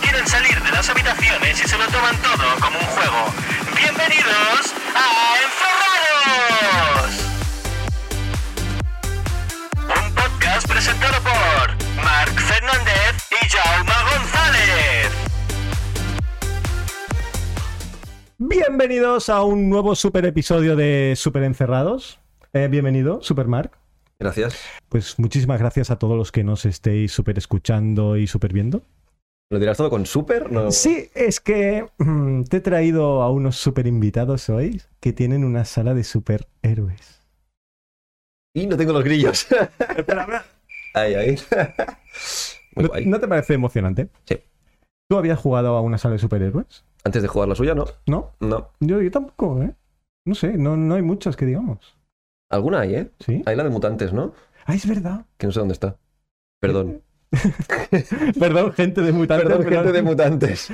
quieren salir de las habitaciones y se lo toman todo como un juego. Bienvenidos a Enferrados. Un podcast presentado por Marc Fernández y Jauma González. Bienvenidos a un nuevo super episodio de Super Encerrados. Eh, bienvenido, Supermark. Gracias. Pues muchísimas gracias a todos los que nos estéis super escuchando y super viendo. ¿Lo dirás todo con super? No. Sí, es que mm, te he traído a unos super invitados hoy que tienen una sala de superhéroes. Y no tengo los grillos. Ahí, ahí. Muy ¿No, guay. no te parece emocionante? Sí. ¿Tú habías jugado a una sala de superhéroes? Antes de jugar la suya, no. ¿No? No. Yo, yo tampoco, ¿eh? No sé, no, no hay muchas que digamos. Alguna hay, ¿eh? ¿Sí? Hay la de mutantes, ¿no? Ah, es verdad. Que no sé dónde está. Perdón. Perdón, gente de mutantes. Perdón, pero- gente de mutantes.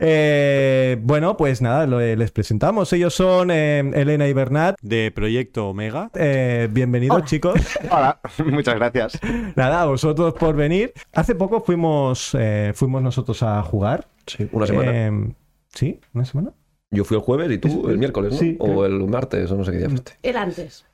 Eh, bueno, pues nada, lo- les presentamos. Ellos son eh, Elena y Bernat. de Proyecto Omega. Eh, bienvenidos, chicos. Hola, muchas gracias. Nada, a vosotros por venir. Hace poco fuimos, eh, fuimos nosotros a jugar. Sí, una semana. Eh, ¿Sí? ¿Una semana? Yo fui el jueves y tú el miércoles, ¿no? sí, o creo. el martes, o no sé qué día fuiste. El antes.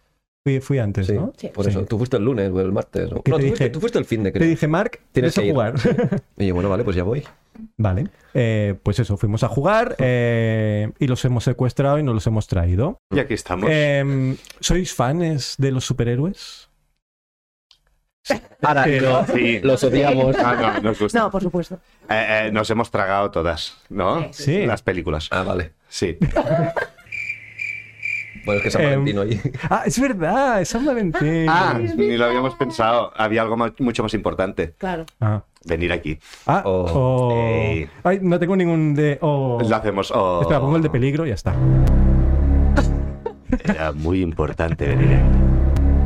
Fui, fui antes, Sí, ¿no? Sí. por Sí. eso. Tú fuiste el lunes o el martes. ¿no? ¿Qué No, te tú, fuiste, dije? tú fuiste el fin de Te creo. dije, Mark, Tienes tienes a que ir. jugar. Y yo, bueno, vale, pues ya voy. Vale, Eh, pues eso, fuimos a jugar eh, y los hemos secuestrado y nos los hemos traído. Y aquí estamos. Eh, ¿Sois fans de los superhéroes? Ahora, Pero- Sí. los odiamos. Ah, no, nos gusta. No, por supuesto. Eh, eh, nos hemos tragado todas, ¿no? Sí. Sí. Las películas. Ah, vale. Sí. Bueno, es que San Eh, Valentino ahí. Ah, es verdad, es San Valentín. Ah, es ni lo verdad. habíamos pensado. Había algo más- mucho más importante. Claro. Ah. Venir aquí. Ah, Oh. oh. Ey. Ay, no tengo ningún de. Oh. Lo hacemos. oh, Espera, pongo el de peligro y ya está. Era muy importante venir aquí.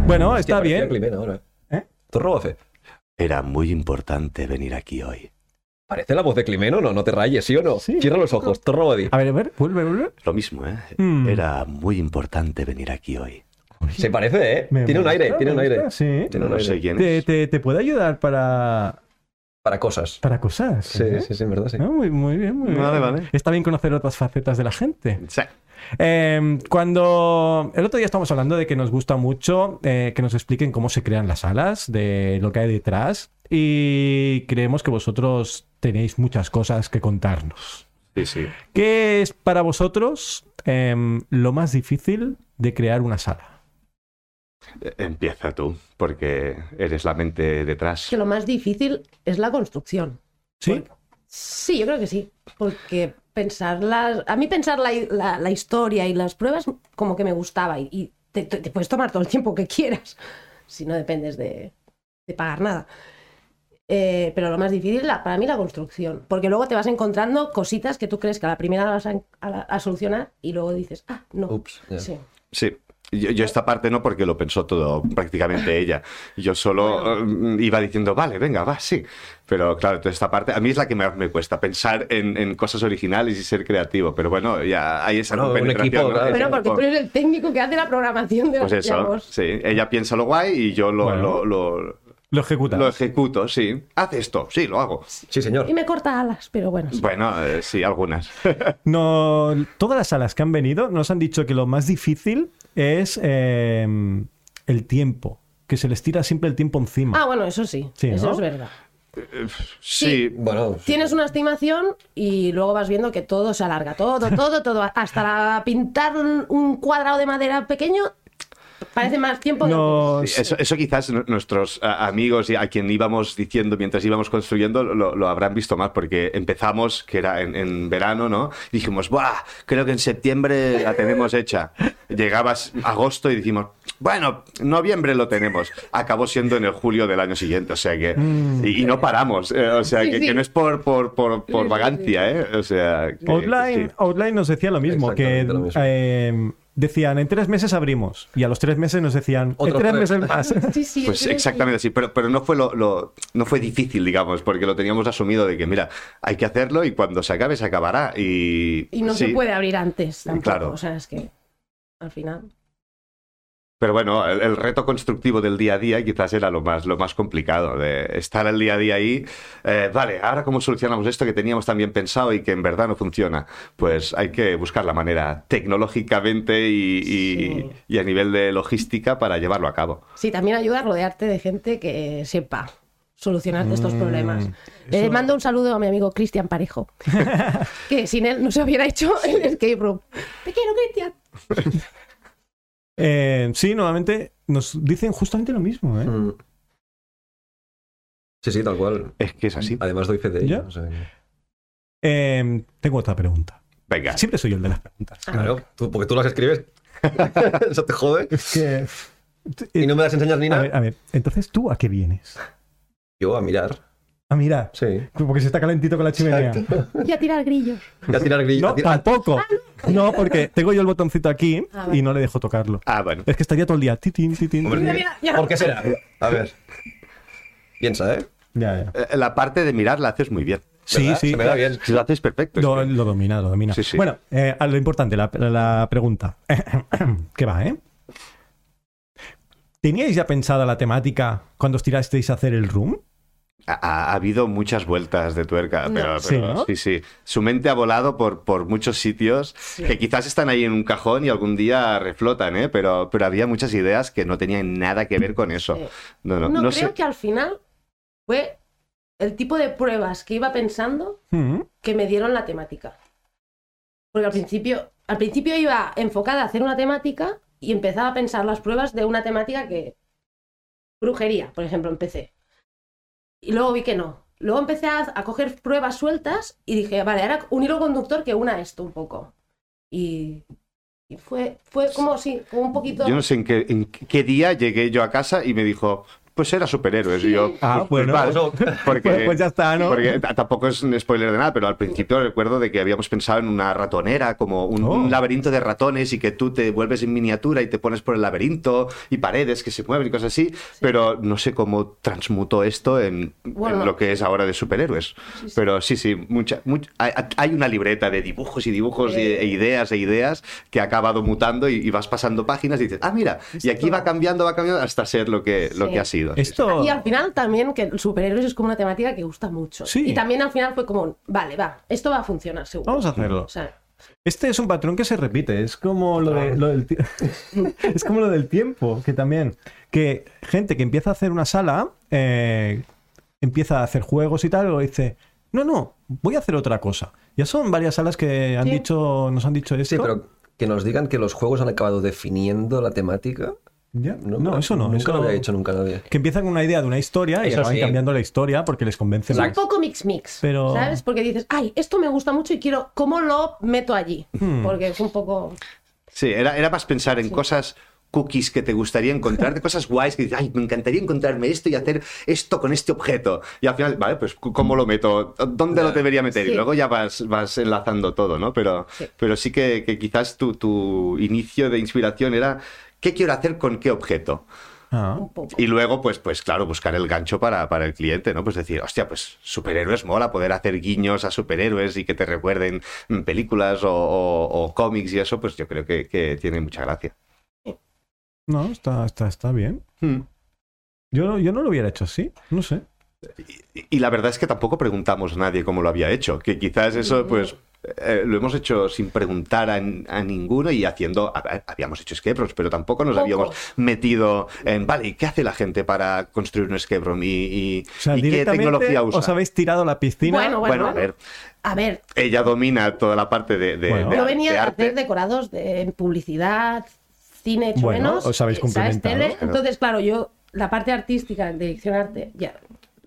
Bueno, Hostia, está parecía bien. Climena ahora. ¿Eh? ¿Tú robo fe? Era muy importante venir aquí hoy. Parece la voz de Climeno, no, no te rayes, ¿sí o no? Sí. Cierra los ojos, torro body. A ver, a ver, vuelve, vuelve. Lo mismo, ¿eh? Mm. Era muy importante venir aquí hoy. Se parece, ¿eh? Me tiene un gusta, aire, tiene un me aire. gusta, Sí. Tiene un No aire. sé quién ¿Te, es. te, te puede ayudar para, Para cosas. para cosas. Sí, ¿eh? sí, sí, en verdad, sí. Ah, muy, muy bien, muy bien. Vale, vale. Está bien conocer otras facetas de la gente. Sí. Eh, cuando el otro día estábamos hablando de que nos gusta mucho eh, que nos expliquen cómo se crean las alas, de lo que hay detrás, y creemos que vosotros tenéis muchas cosas que contarnos. Sí, sí. ¿Qué es para vosotros em, lo más difícil de crear una sala? Eh, Empieza tú, porque eres la mente detrás. Que lo más difícil es la construcción. ¿Sí? Sí, yo creo que sí. Porque pensar las... A mí pensar la, la- la historia y las pruebas como que me gustaba. Y, y te, te- te puedes tomar todo el tiempo que quieras. Si no dependes de, de pagar nada. Eh, pero lo más difícil la- para mí la construcción. Porque luego te vas encontrando cositas que tú crees que a la primera la vas a, a la- a solucionar y luego dices, ah, no. Ups. ya. Sí. Sí. Yo, yo esta parte no porque lo pensó todo prácticamente ella. Yo solo eh, iba diciendo, vale, venga, va, sí. Pero claro, toda esta parte a mí es la que más me cuesta, pensar en, en cosas originales y ser creativo. Pero bueno, ya hay esa Bueno, un compenetración, equipo, claro. Pero Ese porque tú equipo. eres el técnico que hace la programación de Pues los eso, juegos. sí. Ella piensa lo guay y yo lo, Bueno. lo, lo- Lo ejecutas. lo ejecuto, sí. Haz esto, sí, lo hago. Sí, señor. Y me corta alas, pero bueno. sí. Bueno, eh, sí, algunas. No, todas las salas que han venido nos han dicho que lo más difícil es em, el tiempo, que se les tira siempre el tiempo encima. Ah, bueno, eso sí. Sí, eso ¿no? es verdad. sí, Bueno, sí. Tienes una estimación y luego vas viendo que todo se alarga. Todo, todo, todo. Hasta la- pintar un, un cuadrado de madera pequeño parece más tiempo. de lo No, Sí, Eso, eso quizás n- nuestros a- amigos y a quien íbamos diciendo mientras íbamos construyendo lo, lo habrán visto más, porque empezamos, que era en, en verano, ¿no? Dijimos, ¡buah! Creo que en septiembre la tenemos hecha. Llegabas agosto y dijimos, bueno, noviembre lo tenemos. Acabó siendo en el julio del año siguiente, o sea que. Y, y no paramos, eh, o sea Sí, que, sí. que no es por, por, por, por sí, vagancia, ¿eh? O sea. que- que Outline, sí. Outline nos decía lo mismo, que Exactamente lo mismo. eh, decían, en tres meses abrimos. Y a los tres meses nos decían, en Otros tres tres". meses más. que- Sí, sí, Pues creo que sí. exactamente así, pero, pero no, fue lo, lo- no fue difícil, digamos, porque lo teníamos asumido de que, mira, hay que hacerlo y cuando se acabe, se acabará. Y, Y no sí, se puede abrir antes tampoco. Claro. O sea, es que al final. Pero bueno, el, el reto constructivo del día a día quizás era lo más, lo más complicado, de estar el día a día ahí. eh, vale, ahora cómo solucionamos esto que teníamos también pensado y que en verdad no funciona. Pues hay que buscar la manera tecnológicamente y, y- Sí. y a nivel de logística para llevarlo a cabo. Sí, también ayuda a rodearte de gente que sepa solucionar estos problemas. Le eso- mando Eh, un saludo a mi amigo Cristian Parejo, que sin él no se hubiera hecho el escape room. Te quiero, Cristian. Eh, sí, nuevamente nos dicen justamente lo mismo, ¿eh? Mm. Sí, sí, tal cual. Es que es así. Mm. Además doy fe de ¿Ya? ello. o sea que- Ah. Eh, tengo otra pregunta. Venga, Siempre soy yo el de las preguntas. Ah, Claro, tú- porque tú las escribes. Eso te jode. Y Eh, no me las enseñas ni a, nada. ver, a ver, entonces tú a qué vienes? Yo a mirar. A mirar, Sí. porque se está calentito con la chimenea. Y a tirar grillos. Y a tirar grillo. No, a tirar- tampoco. No, porque tengo yo el botoncito aquí Ah, vale. y no le dejo tocarlo. Ah, bueno. Es que estaría todo el día. ti, tin, ti, tin. Hombre, Mira, mira, ya. ¿Por qué será? A ver. Piensa, ¿eh? Ya, ya. Eh, La parte de mirar la haces muy bien. Sí, ¿Verdad? sí. Se me da bien. Si lo haces perfecto. es Lo, que- lo domina, lo domina. Sí, sí. Bueno, eh, a lo importante, la, la pregunta. ¿Qué va, eh? ¿Teníais ya pensada la temática cuando os tirasteis a hacer el room? Ha, ha habido muchas vueltas de tuerca, No. pero, pero- Sí, sí, ¿no? sí, Su mente ha volado por, por muchos sitios que quizás están ahí en un cajón y algún día reflotan, ¿eh? Pero, pero había muchas ideas que no tenían nada que ver con eso. Sí. No, no, No, no creo sé. que al final fue el tipo de pruebas que iba pensando Mm. que me dieron la temática. Porque al principio, al principio iba enfocada a hacer una temática y empezaba a pensar las pruebas de una temática que. Brujería, por ejemplo, empecé. Y luego vi que no. Luego empecé a, a coger pruebas sueltas y dije, vale, ahora un hilo conductor que una esto un poco. Y, y fue, fue como, sí, como un poquito. Yo no sé en qué, en qué día llegué yo a casa y me dijo, pues era superhéroes. Y yo, Ah, "Pues- bueno. pues vale". Eso- Porque, Pues- pues ya está, ¿no? Porque t- tampoco es un spoiler de nada, pero al principio recuerdo de que habíamos pensado en una ratonera, como un, Oh. un laberinto de ratones y que tú te vuelves en miniatura y te pones por el laberinto y paredes que se mueven y cosas así, pero no sé cómo transmutó esto en, en Bueno. lo que es ahora de superhéroes. Sí, sí. Pero sí, sí, mucha, much- hay, hay una libreta de dibujos y dibujos y- Eh. e ideas e ideas que ha acabado mutando y, y vas pasando páginas y dices, ah, mira, y aquí va cambiando, va cambiando hasta ser lo que, lo Sí. que ha sido. Esto. Y al final también que el superhéroes es como una temática que gusta mucho. Sí. Y también al final fue como, vale, va, esto va a funcionar seguro. Vamos a hacerlo. O sea, Este es un patrón que se repite. Es como lo, de- lo del, ti- es como lo del tiempo, que también. Que gente que empieza a hacer una sala, eh, empieza a hacer juegos y tal, o dice. No, no, voy a hacer otra cosa. Ya son varias salas que han Sí. dicho, nos han dicho esto. Sí, pero que nos digan que los juegos han acabado definiendo la temática. Ya, No, eso no. Nunca eso lo no. había hecho nunca nadie. Que empiezan con una idea de una historia y Eso acaban sí. cambiando la historia porque les convence es un más. poco mix-mix, Pero- ¿sabes? Porque dices, ay, esto me gusta mucho y quiero, ¿cómo lo meto allí? Hmm. Porque es un poco... Sí, era, era más pensar en cosas cookies que te gustaría encontrar, de cosas guays que dices, ay, me encantaría encontrarme esto y hacer esto con este objeto. Y al final, vale, pues ¿cómo lo meto? ¿Dónde lo debería meter? Sí. Y luego ya vas, vas enlazando todo, ¿no? Pero Sí. sí, pero sí que, que quizás tu, tu inicio de inspiración era, ¿qué quiero hacer con qué objeto? Ah. Un poco. Y luego, pues, pues claro, buscar el gancho para, para el cliente, ¿no? Pues decir, hostia, pues superhéroes mola poder hacer guiños a superhéroes y que te recuerden mm, películas o, o- o cómics y eso, pues yo creo que, que tiene mucha gracia. No, está, está, está bien. Hmm. Yo, no- yo no lo hubiera hecho así, no sé. Y- Y la verdad es que tampoco preguntamos a nadie cómo lo había hecho, que quizás eso pues eh, lo hemos hecho sin preguntar a, n- a ninguno y haciendo, a ver, habíamos hecho escape rooms, pero tampoco nos Poco. habíamos metido en, vale, ¿y qué hace la gente para construir un escape room? ¿Y, y- O sea, y qué directamente tecnología usa? os habéis tirado a la piscina. Bueno, bueno, Bueno, a ver, A ver, ella domina toda la parte de, de- Bueno. de- yo venía de de arte. hacer decorados de en publicidad, cine hecho Bueno, menos. os habéis eh, complementado, ¿sabes? Tele. claro. Entonces, claro, yo la parte artística, de dirección arte, ya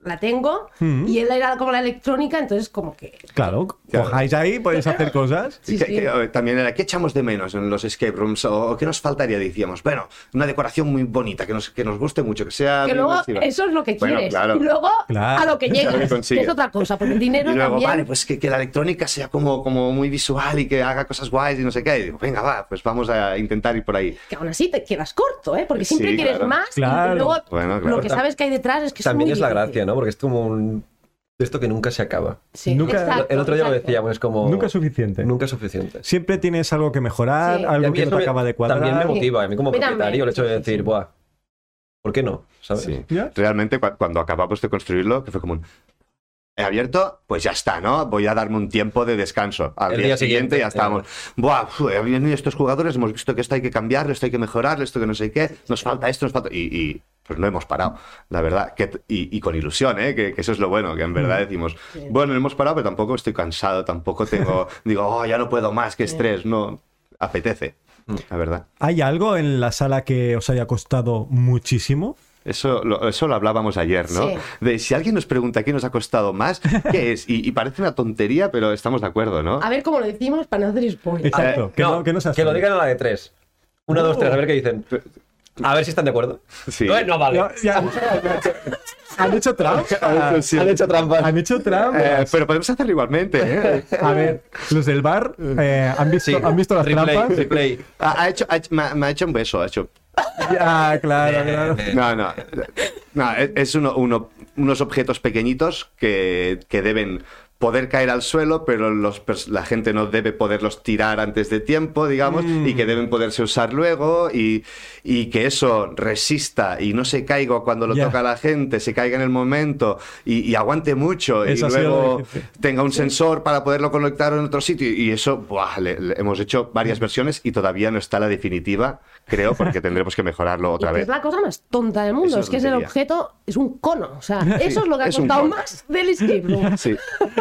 la tengo. Mm. Y él era como la electrónica, entonces como que... Claro, Claro. cojáis ahí, podéis hacer cosas. Sí, Que- sí. que, eh, también era, ¿qué echamos de menos en los escape rooms? ¿O, o qué nos faltaría? Decíamos, bueno, una decoración muy bonita, que nos, que nos guste mucho, que sea... que bien luego masiva. eso es lo que Bueno, quieres. claro. Y luego Claro. a lo que Es lo llegas. que que es consigues. otra cosa, porque el dinero Y luego, también. vale, pues que, que la electrónica sea como, como muy visual y que haga cosas guays y no sé qué. Y digo, venga, va, pues vamos a intentar ir por ahí. Que aún así te quedas corto, ¿eh? Porque siempre Sí, quieres claro. más. Claro. Y luego Bueno, claro. lo que sabes que hay detrás es que También es, es muy la difícil. gracia, ¿no? Porque es como un de esto que nunca se acaba. Sí, Nunca- exacto, El otro día lo exacto. decíamos, es como... Nunca es suficiente. Nunca es suficiente. Siempre tienes algo que mejorar, Sí. Y a algo mí que eso no te me- acaba de cuadrar. También me motiva, a mí como A mí también, propietario el hecho de eh, sí, sí, decir, buah, ¿por qué no? ¿Sabes? Sí. ¿Ya? Realmente, cua- cuando acabamos de construirlo, que fue como un. He abierto, pues ya está, ¿no? Voy a darme un tiempo de descanso. Al El día, día siguiente, siguiente, ya estábamos. Buah, uf, han venido estos jugadores, hemos visto que esto hay que cambiarlo, esto hay que mejorarlo, esto que no sé qué, nos falta esto, nos falta. Y, y, pues no hemos parado, la verdad. Que, t- y, y con ilusión, ¿eh? Que, que eso es lo bueno, que en Mm. verdad decimos, bueno, no hemos parado, pero tampoco estoy cansado, tampoco tengo. digo, oh, ya no puedo más, qué estrés, no. Apetece, Mm. la verdad. ¿Hay algo en la sala que os haya costado muchísimo? Eso lo, eso lo hablábamos ayer, ¿no? Sí. De si alguien nos pregunta qué nos ha costado más, ¿qué es? Y, y parece una tontería, pero estamos de acuerdo, ¿no? A ver cómo lo decimos para no hacer spoiler. Exacto. que, no, que no se que lo asuste. digan a la de tres. Una, dos, tres, a ver qué dicen. A ver si están de acuerdo. Sí. No, no vale. Ya- ya- ¿Han hecho trampa? Han hecho trampas. ¿Han hecho trampa? Eh, pero podemos hacerlo igualmente, ¿eh? A ver, los del bar eh, ¿han, visto, Sí. ¿han visto las replay, trampas? Replay. Ha, ha hecho, ha hecho- me, ha, me ha hecho un beso, ha hecho... Ah, claro, claro. No, no. No, es- es uno- uno- unos objetos pequeñitos que, que deben poder caer al suelo, pero los pers- la gente no debe poderlos tirar antes de tiempo, digamos, y Mm. que deben poderse usar luego, y, y que eso resista y no se caiga cuando lo Ya. toca la gente, se caiga en el momento y, y aguante mucho, Eso ha y sido lo luego difícil. tenga un sensor para poderlo conectar en otro sitio. Y eso, buah, le- le- hemos hecho Mm. varias versiones y todavía no está la definitiva, creo, porque tendremos que mejorarlo Y otra que vez. es la cosa más tonta del mundo, Eso es, es que es el tontería. objeto, es un cono. O sea, eso es lo que ha es un costado cono. más del escape room. Sí.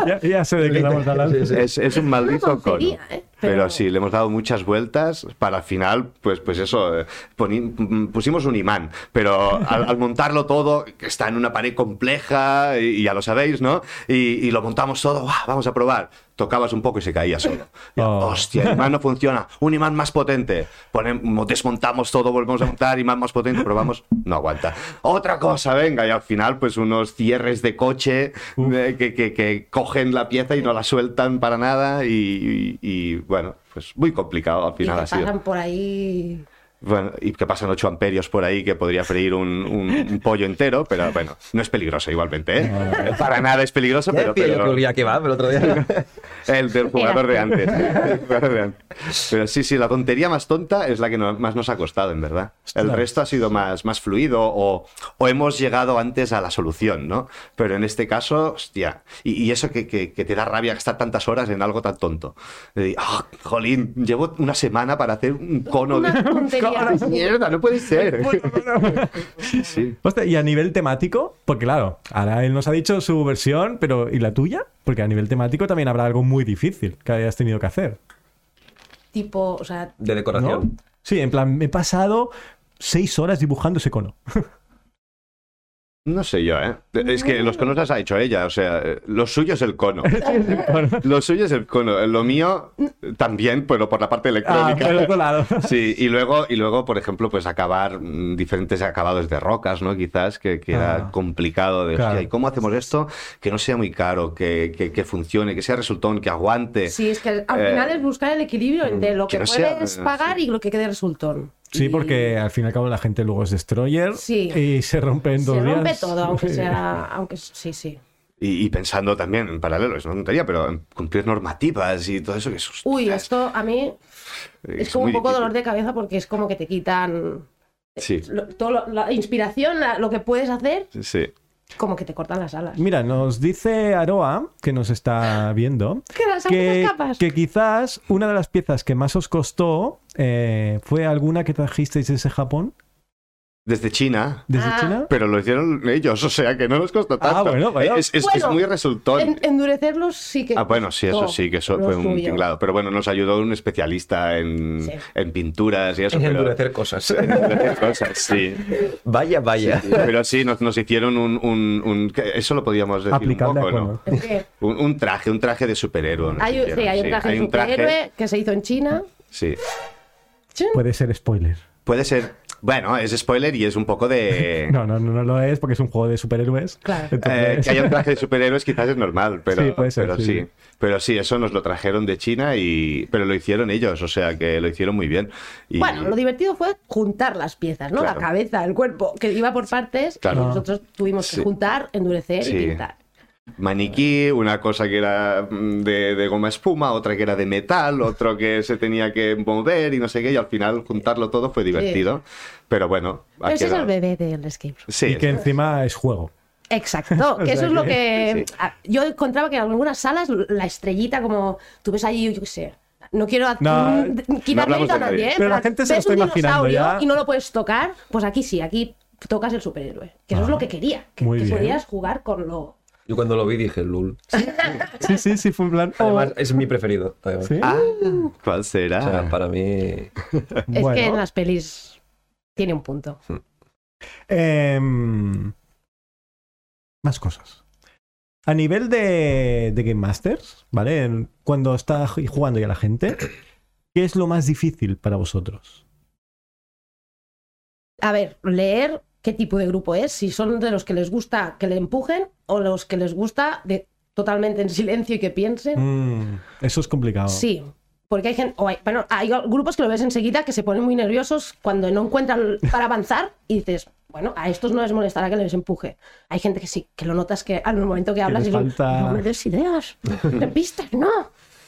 Ya, ya sé de qué estamos hablando. Es, es un maldito Una cono. tontería, ¿eh? Pero... Pero- sí, le hemos dado muchas vueltas para al final, pues, pues eso, eh, poni- mm, pusimos un imán, pero al, al montarlo todo, que está en una pared compleja, y, y ya lo sabéis, ¿no? Y, y lo montamos todo, ¡guau! vamos a probar. Tocabas un poco y se caía solo. Y, Oh. Hostia, el imán no funciona. Un imán más potente. Ponemos, desmontamos todo, volvemos a montar, imán más potente, probamos. No aguanta. Otra cosa, venga. Y al final, pues unos cierres de coche eh, que, que- que cogen la pieza y no la sueltan para nada. Y, y- y, bueno, pues muy complicado al Y que final ha sido. pasan por ahí. Bueno, y que pasan 8 amperios por ahí que podría freír un, un- un pollo entero, pero bueno, no es peligroso igualmente, ¿eh? Para nada es peligroso, Ya pero. decía yo pero- que olía a kebab el otro día. el del jugador de antes. El jugador de antes. Pero sí, sí, la tontería más tonta es la que no- más nos ha costado, en verdad. El Ostras. resto ha sido más, más fluido o, o hemos llegado antes a la solución, ¿no? Pero en este caso, hostia. Y, y eso que, que- que te da rabia gastar tantas horas en algo tan tonto. De, "Ah, jolín, llevo una semana para hacer un cono Una de. tontería. Mierda, no puede ser. Sí, sí. Hostia, y a nivel temático, porque claro, ahora él nos ha dicho su versión, pero ¿y la tuya? Porque a nivel temático también habrá algo muy difícil que hayas tenido que hacer. Tipo, o sea, De ¿no? decoración. Sí, en plan, me he pasado seis horas dibujando ese cono. No sé yo, ¿eh? Es que los conos las ha hecho ella, o sea, eh, lo suyo es el cono. Lo suyo es el cono. Lo mío también, pero por la parte Ah, por el electrónica. otro lado. Sí, y luego, y luego, por ejemplo, pues acabar mm, diferentes acabados de rocas, ¿no? Quizás que, que Ah. era complicado de, hostia, Claro. ¿y cómo hacemos esto? Que no sea muy caro, que, que- que funcione, que sea resultón, que aguante. sí, es que al Eh, final es buscar el equilibrio entre lo que, que no sea- puedes pagar y lo que quede resultón. Sí, Y porque al fin y al cabo la gente luego es destroyer Sí. y se rompe en dos se rompe días. todo, aunque sea. aunque Sí, sí. Y, y pensando también en paralelo, es una tontería, pero en cumplir normativas y todo eso que es. Uy, ostras, esto a mí es, como muy un poco difícil. dolor de cabeza porque es como que te quitan Sí, lo- todo lo- la inspiración, la- lo que puedes hacer, sí. como que te cortan las alas. Mira, nos dice Aroa, que nos está viendo, Que las que, algunas capas. que quizás una de las piezas que más os costó eh, fue alguna que trajisteis desde Japón, Desde China. desde Ah. China. Pero lo hicieron ellos, o sea que no nos costó Ah, tanto. bueno, bueno. Es, es- Bueno, es muy resultón. En- endurecerlos sí que. Ah, bueno, sí, eso costó sí, que eso lo fue un suyo. tinglado. Pero bueno, nos ayudó un especialista en, Sí. en pinturas y eso. En pero- endurecer cosas. en endurecer cosas, sí. Vaya, vaya. Pero sí, nos, nos hicieron un, un- un- que Eso lo podíamos decir Aplicable un a poco, ¿no? Es que Un, un traje, un traje de superhéroe. nos hay, un- hicieron, sí, hay un traje de superhéroe que se hizo en China. Sí. Chun. Puede ser spoiler. Puede ser. Bueno, es spoiler y es un poco de. No, no, no, no lo es porque es un juego de superhéroes. Claro. Eh, Entonces- que haya un traje de superhéroes quizás es normal, pero Sí, puede ser, pero sí, sí, sí. Pero sí, eso nos lo trajeron de China y pero lo hicieron ellos, o sea que lo hicieron muy bien. Y- Bueno, lo divertido fue juntar las piezas, ¿no? Claro. La cabeza, el cuerpo, que iba por partes. Claro. Y nosotros tuvimos que Sí. juntar, endurecer Sí. y pintar. maniquí, una cosa que era mm, de, de goma espuma, otra que era de metal, otro que se tenía que mover y no sé qué, y al final juntarlo todo fue divertido. Pero bueno, ha Pero ese es quedado- el bebé del escape room. Sí, Y que encima es juego. Exacto, que eso es lo que sí. Ah, Yo encontraba que en algunas salas la estrellita, como tú ves allí, yo qué sé. No quiero ad- No, mm, quitarle hablamos mérito a de nadie. nadie, ¿eh? Pero la Pero gente se lo ves está un imaginando ya. dinosaurio Y no lo puedes tocar, pues aquí sí, aquí tocas el superhéroe. Que eso es lo que quería, que, Ah, muy que bien. pudieras jugar con lo. Yo cuando lo vi dije, lul. Sí, sí, sí, fue un plan. Además, es mi preferido. además. ¿Sí? Ah, ¿cuál O será? sea, para mí... Es Bueno. que en las pelis tiene un punto. Em, más cosas. A nivel de, de Game Masters, ¿vale? En- Cuando está ju- jugando ya la gente, ¿qué es lo más difícil para vosotros? A ver, leer qué tipo de grupo es, si son de los que les gusta que le empujen o los que les gusta de totalmente en silencio y que piensen. Mm, eso es complicado. Sí, porque hay gente, o hay, bueno, hay grupos que lo ves enseguida que se ponen muy nerviosos cuando no encuentran para avanzar y dices, bueno, a estos no les molestará que les empuje. Hay gente que sí, que lo notas que al momento que hablas les y son, falta- no me des ideas, de pistas, no.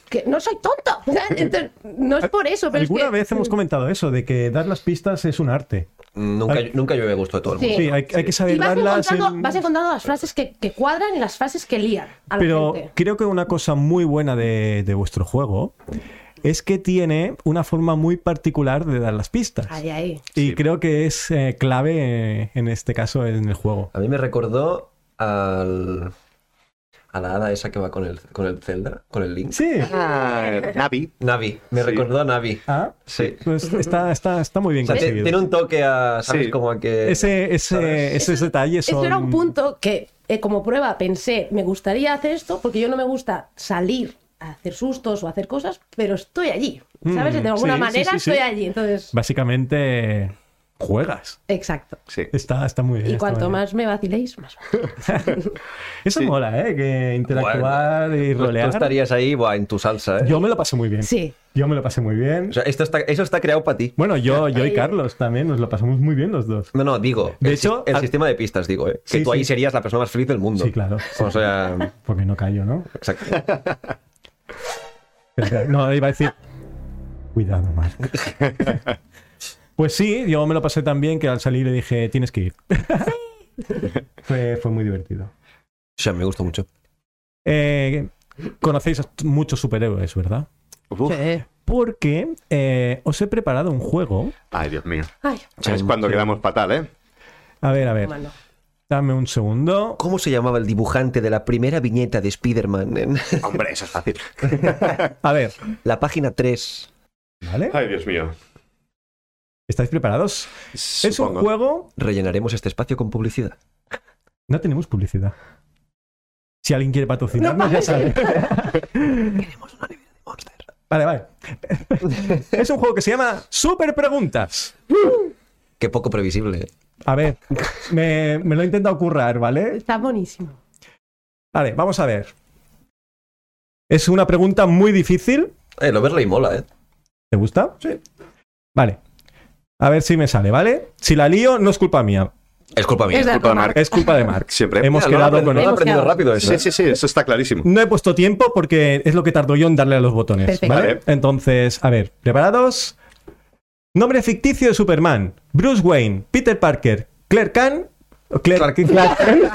Que no soy tonto. Entonces, no es por eso, pero es Alguna que- mm. vez hemos comentado eso, de que dar las pistas es un arte. Nunca, nunca yo me gustó de todo el mundo. Sí. Sí, hay, hay que Y saber vas darlas. encontrando, en- vas encontrando las frases que, que cuadran y las frases que lían a la Pero gente. creo que una cosa muy buena de, de vuestro juego es que tiene una forma muy particular de dar las pistas. Ahí, ahí. Y Sí. creo que es eh, clave eh, en este caso en el juego. A mí me recordó al... A la hada esa que va con el, con el Zelda, con el Link. Sí. Ah, Navi. Navi, me Sí. recordó a Navi. Ah, Sí. pues está, está, está muy O bien sea, te- conseguido. tiene un toque a, ¿sabes? Sí. Como a que... Ese, ese, ¿sabes? esos detalles son... Eso era un punto que, eh, como prueba, pensé, me gustaría hacer esto porque yo no me gusta salir a hacer sustos o hacer cosas, pero estoy allí. ¿Sabes? Mm, de alguna sí, manera sí, sí, sí. estoy allí. Entonces, Básicamente juegas. exacto. Sí. Está, está muy bien. Y está cuanto muy bien. más me vaciléis, más. Eso Sí. mola, ¿eh? Que interactuar y pues Tú- rolear. Tú estarías ahí, buah, en tu salsa, ¿eh? Yo me lo pasé muy bien. Sí. Yo me lo pasé muy bien. O sea, esto está, eso está creado para ti. Bueno, yo, yo y Ay. Carlos también nos lo pasamos muy bien los dos. No, no, digo. De el, hecho, si- el a- sistema de pistas, digo, ¿eh? Que Sí, tú ahí sí. serías la persona más feliz del mundo. Sí, claro. O sea, Porque no callo, ¿no? exacto. No, iba a decir. Cuidado, Mark. Pues sí, yo me lo pasé tan bien que al salir le dije, tienes que ir. Fue, fue muy divertido. O sea, me gusta mucho. Eh, conocéis a muchos superhéroes, ¿verdad? Uf, Porque eh, os he preparado un juego. Ay, Dios mío. Ay, Es cuando quedamos fatal, ¿eh? A ver, a ver, bueno. dame un segundo. ¿Cómo se llamaba el dibujante de la primera viñeta de Spider-Man en Hombre, eso es fácil. A ver, la página 3? ¿vale? Ay, Dios mío. ¿Estáis preparados? Es un Supongo. juego. Rellenaremos este espacio con publicidad. No tenemos publicidad. Si alguien quiere patrocinarnos, ya sabe. Queremos una nivel de Monster. Vale, vale. es un juego que se llama Super Preguntas. Qué poco previsible. ¿eh? A ver, me, me lo he intentado currar, ¿vale? Está buenísimo. Vale, vamos a ver. Es una pregunta muy difícil. Eh, lo verlo y mola, ¿eh? ¿Te gusta? Sí. Vale. A ver si me sale, ¿vale? Si la lío, no es culpa mía. Es culpa mía. Es de- Culpa de Marc. Es culpa de Mark. Siempre. Hemos Mira, lo quedado han con aprendido- lo han él. aprendido rápido eso. Sí, ¿eh? sí, sí, eso está clarísimo. No he puesto tiempo porque es lo que tardó yo en darle a los botones. Perfecto. ¿vale? Vale. Entonces, a ver, ¿preparados? Nombre ficticio de Superman. Bruce Wayne, Peter Parker, Clark Kent. o Claire- Clark Kent. Clark Kent,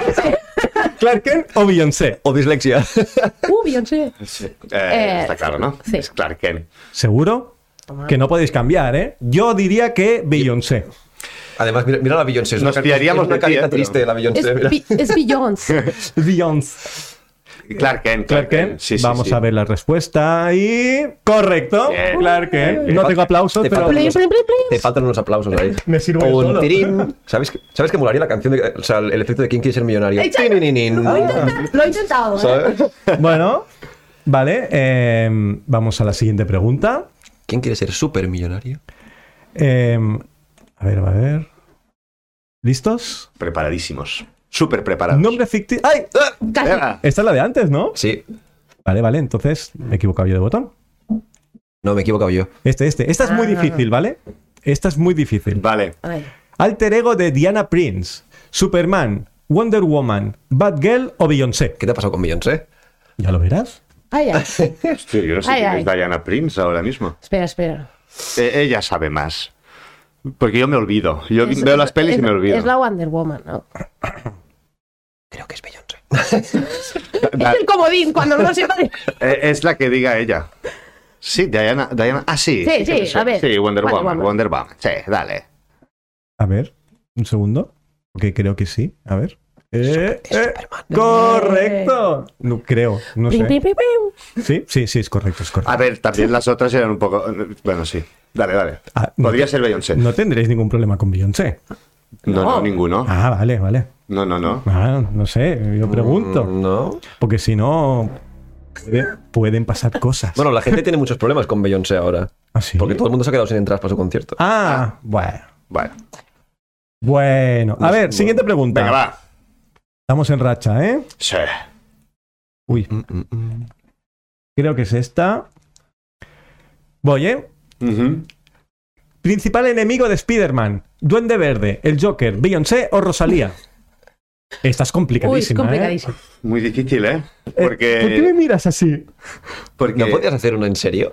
o Beyoncé. O dislexia. Uh, Beyoncé. Sí. Eh, Eh, está claro, ¿no? sí. Es Clark Kent. ¿Seguro? Que no podéis cambiar, ¿eh? Yo diría que Beyoncé. Además, mira, mira la Beyoncé. es Nos una car- fiaríamos es una de ti, carita ¿eh? Pero- triste de la Es, Beyoncé. mira. Bi- es Beyoncé. Beyoncé. Clark Kent. Clark Kent. Sí, sí, Vamos sí. a ver la respuesta. Y. ¡Correcto! Bien. Clark Kent. Te No fal- tengo aplausos, te pero. faltan Plin, unos- plin, plin, plin. Te faltan unos aplausos ahí. Me sirvo yo Un solo. tirín. ¿Sabes que, ¿Sabes que molaría la canción? De, o sea, el efecto de quién quiere ser millonario. Exacto. Ah. Tininin. Lo he intentado. Lo he intentado, ¿eh? ¿Sabes? Bueno, vale. eh, vamos a la siguiente pregunta. ¿Quién quiere ser supermillonario? Eh, a ver, a ver. ¿Listos? Preparadísimos. Súper preparados. Nombre ficticio. ¡Ay! ¡Ah! Venga. Esta es la de antes, ¿no? Sí. Vale, vale. Entonces, me he equivocado yo de botón. No, me he equivocado yo. Este, este. Esta es Ah. muy difícil, ¿vale? Esta es muy difícil. Vale. A ver. Alter ego de Diana Prince. Superman. Wonder Woman, Bad Girl o Beyoncé. ¿Qué te ha pasado con Beyoncé? Ya lo verás. Ay, ay. Hostia, yo no sé Ay, quién ay. es Diana Prince ahora mismo. Espera, espera. Eh, ella sabe más. Porque yo me olvido. Yo Es- veo las pelis es- y me olvido. Es la Wonder Woman, ¿no? Creo que es Beyoncé. Da- Es el comodín cuando no se vale. eh, es la que diga ella. Sí, Diana. Diana ah, sí. Sí, sí, a ver. Sí, Wonder Vale, Woman, vamos. Wonder Woman. Sí, dale. A ver, un segundo. Porque creo que sí. A ver. Eh, eh, Superman. correcto. Eh. No creo, no Pim, sé. pim, pim, pim. Sí, sí, sí, es correcto, es correcto. A ver, también las otras eran un poco. Bueno, sí. Dale, dale. Ah, no Podría te- ser Beyoncé. No, No tendréis ningún problema con Beyoncé. no, ninguno. Ah, vale, vale. No, no, no. Ah, no sé, yo pregunto. Mm, No. Porque si no, puede- pueden pasar cosas. Bueno, la gente tiene muchos problemas con Beyoncé ahora. ¿Ah, sí? Porque todo el mundo se ha quedado sin entradas para su concierto. Ah, bueno. Bueno. Bueno, a ver, siguiente pregunta. Venga, va. Estamos en racha, ¿eh? Sí. Uy, Mm, creo que es esta. Voy, ¿eh? Ujú. Principal enemigo de Spider-Man, Duende Verde, el Joker, Beyoncé o Rosalía. Esta es Uy, es complicadísima. ¿eh? complicadísimo. Muy difícil, ¿eh? Eh, ¿Por qué me Porque. miras así? porque... ¿No podías hacer uno en serio?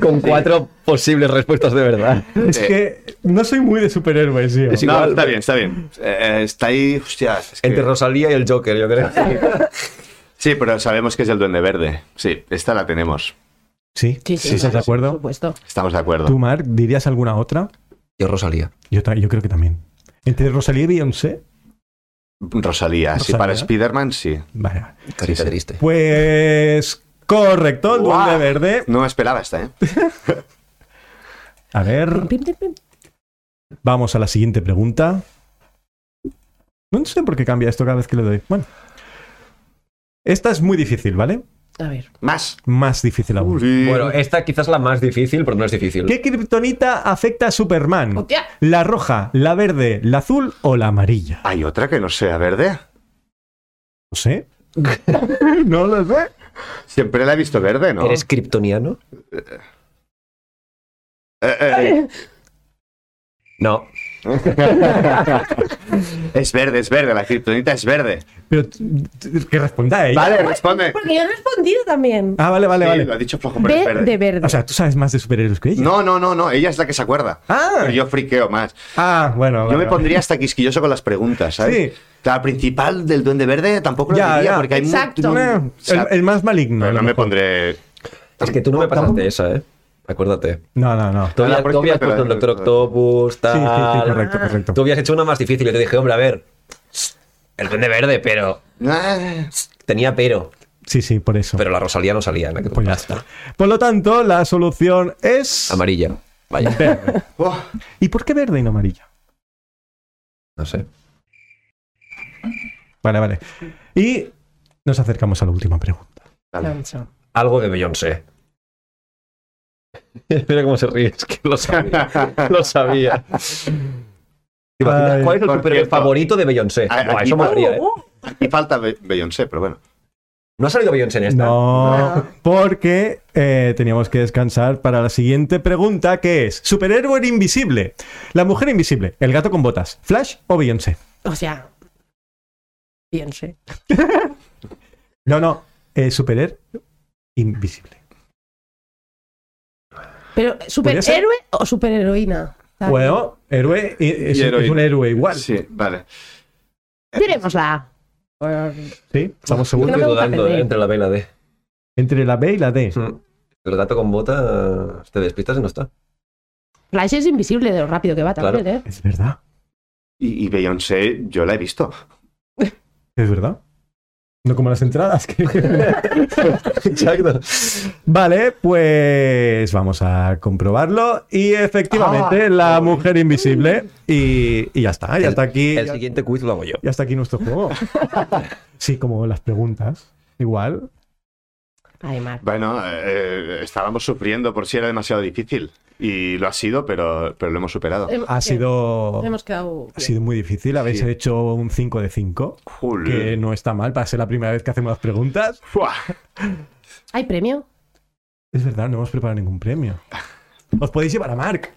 Con cuatro posibles respuestas de verdad. Es Eh. que no soy muy de superhéroes, tío. Es No, igual, está bien, está bien. Eh, eh, está ahí. Hostia. es que- Entre Rosalía y el Joker, yo creo. Sí, pero sabemos que es el Duende Verde. Sí, esta la tenemos. Sí, sí, ¿estás de claro, Por acuerdo? supuesto. Estamos de acuerdo. ¿Tú, Mark, dirías alguna otra? Yo Rosalía. Yo, ta- yo creo que también. Entre Rosalía y Beyoncé. Rosalía. Sí, Rosalía. para Spider-Man, sí. Vale, vale. Carita triste. Pues. Correcto, el Guau. Duende Verde. No me esperaba esta, ¿eh? A ver, Pim, pim, pim. vamos a la siguiente pregunta. No sé por qué cambia esto cada vez que le doy. Bueno. Esta es muy difícil, ¿vale? A ver. Más. Más difícil aún. Sí. Bueno, esta quizás la más difícil, pero no es difícil. ¿Qué kriptonita afecta a Superman? Hostia. ¿La roja, la verde, la azul o la amarilla? ¿Hay otra que no sea verde? No sé. no lo sé. Siempre la he visto verde, ¿no? ¿Eres kryptoniano? Eh, eh, No. eh. Es verde, es verde. La kriptonita es verde. Pero t- t- que responda ella. Vale, responde. Porque yo he respondido también. Ah, vale, vale, Sí, vale. Lo ha dicho flojo, pero es B de verde. verde. O sea, tú sabes más de superhéroes que ella. No, no, no, no. Ella es la que se acuerda. Ah. Pero yo friqueo más. Ah, bueno. Yo vale, me vale. pondría hasta quisquilloso con las preguntas, ¿sabes? Sí. La principal del Duende Verde tampoco lo Ya, diría ya. porque hay mu- Exacto. mu- Eh, o sea, el, el más maligno. pero a lo no me mejor. pondré. Es que tú no me pasaste esa, ¿eh? Acuérdate. No, no, no. Tú A la habías, tú próxima habías te la- puesto el Doctor Octopus, Sí, tal. sí, sí, correcto, correcto. Tú habías hecho una más difícil. Yo te dije, hombre, a ver. El Duende Verde, pero. Ah, Tenía pero. Sí, sí, por eso. Pero la Rosalía no salía en la que tú Pues ya pasaste. está. Por lo tanto, la solución es. Amarilla. Vaya. Verde. oh, ¿Y por qué verde y no amarilla? No sé. Vale, vale. Y nos acercamos a la última pregunta. dale. Algo de Beyoncé. Mira cómo se ríe, es que lo sabía. lo sabía. ¿Te imaginas Ay, ¿Cuál es el por superhéroe cierto. favorito de Beyoncé? Ah, Buah, aquí eso va. molaría, ¿eh? Aquí falta Be- Beyoncé, pero bueno. ¿No ha salido Beyoncé en esta? No, porque eh, teníamos que descansar para la siguiente pregunta, que es: ¿Superhéroe invisible? ¿La mujer invisible? ¿El gato con botas? ¿Flash o Beyoncé? O sea. Piense. No, no. Eh, superhéroe invisible. Pero, ¿superhéroe o superheroína? Vale. Bueno, héroe eh, es, es Y heroína. un héroe igual. Sí, Sí, vale. Tirémosla. estamos seguros. Yo estoy No me gusta dudando ¿eh? perder. entre la B y la D. Entre la B y la D. El gato con bota te despistas y no está. Flash es invisible de lo rápido que va también, ¿eh? Es verdad. Y, y Beyoncé, yo la he visto. Es verdad. No como las entradas. que- Exacto. vale, pues vamos a comprobarlo. Y efectivamente, la mujer invisible. Y, y ya está, ya está aquí. El Ya, siguiente quiz lo hago yo. ya está aquí nuestro juego. sí, como las preguntas. Igual. Ay, Mar. Bueno, eh, estábamos sufriendo por si era demasiado difícil. Y lo ha sido, pero, pero lo hemos superado. Hemos- Ha sido. Hemos quedado. Ha sido muy difícil. Habéis Sí. hecho un 5 de 5, que Jul. no está mal para ser la primera vez que hacemos las preguntas. Fua. ¿Hay premio? Es verdad, no hemos preparado ningún premio. Os podéis llevar a Mark.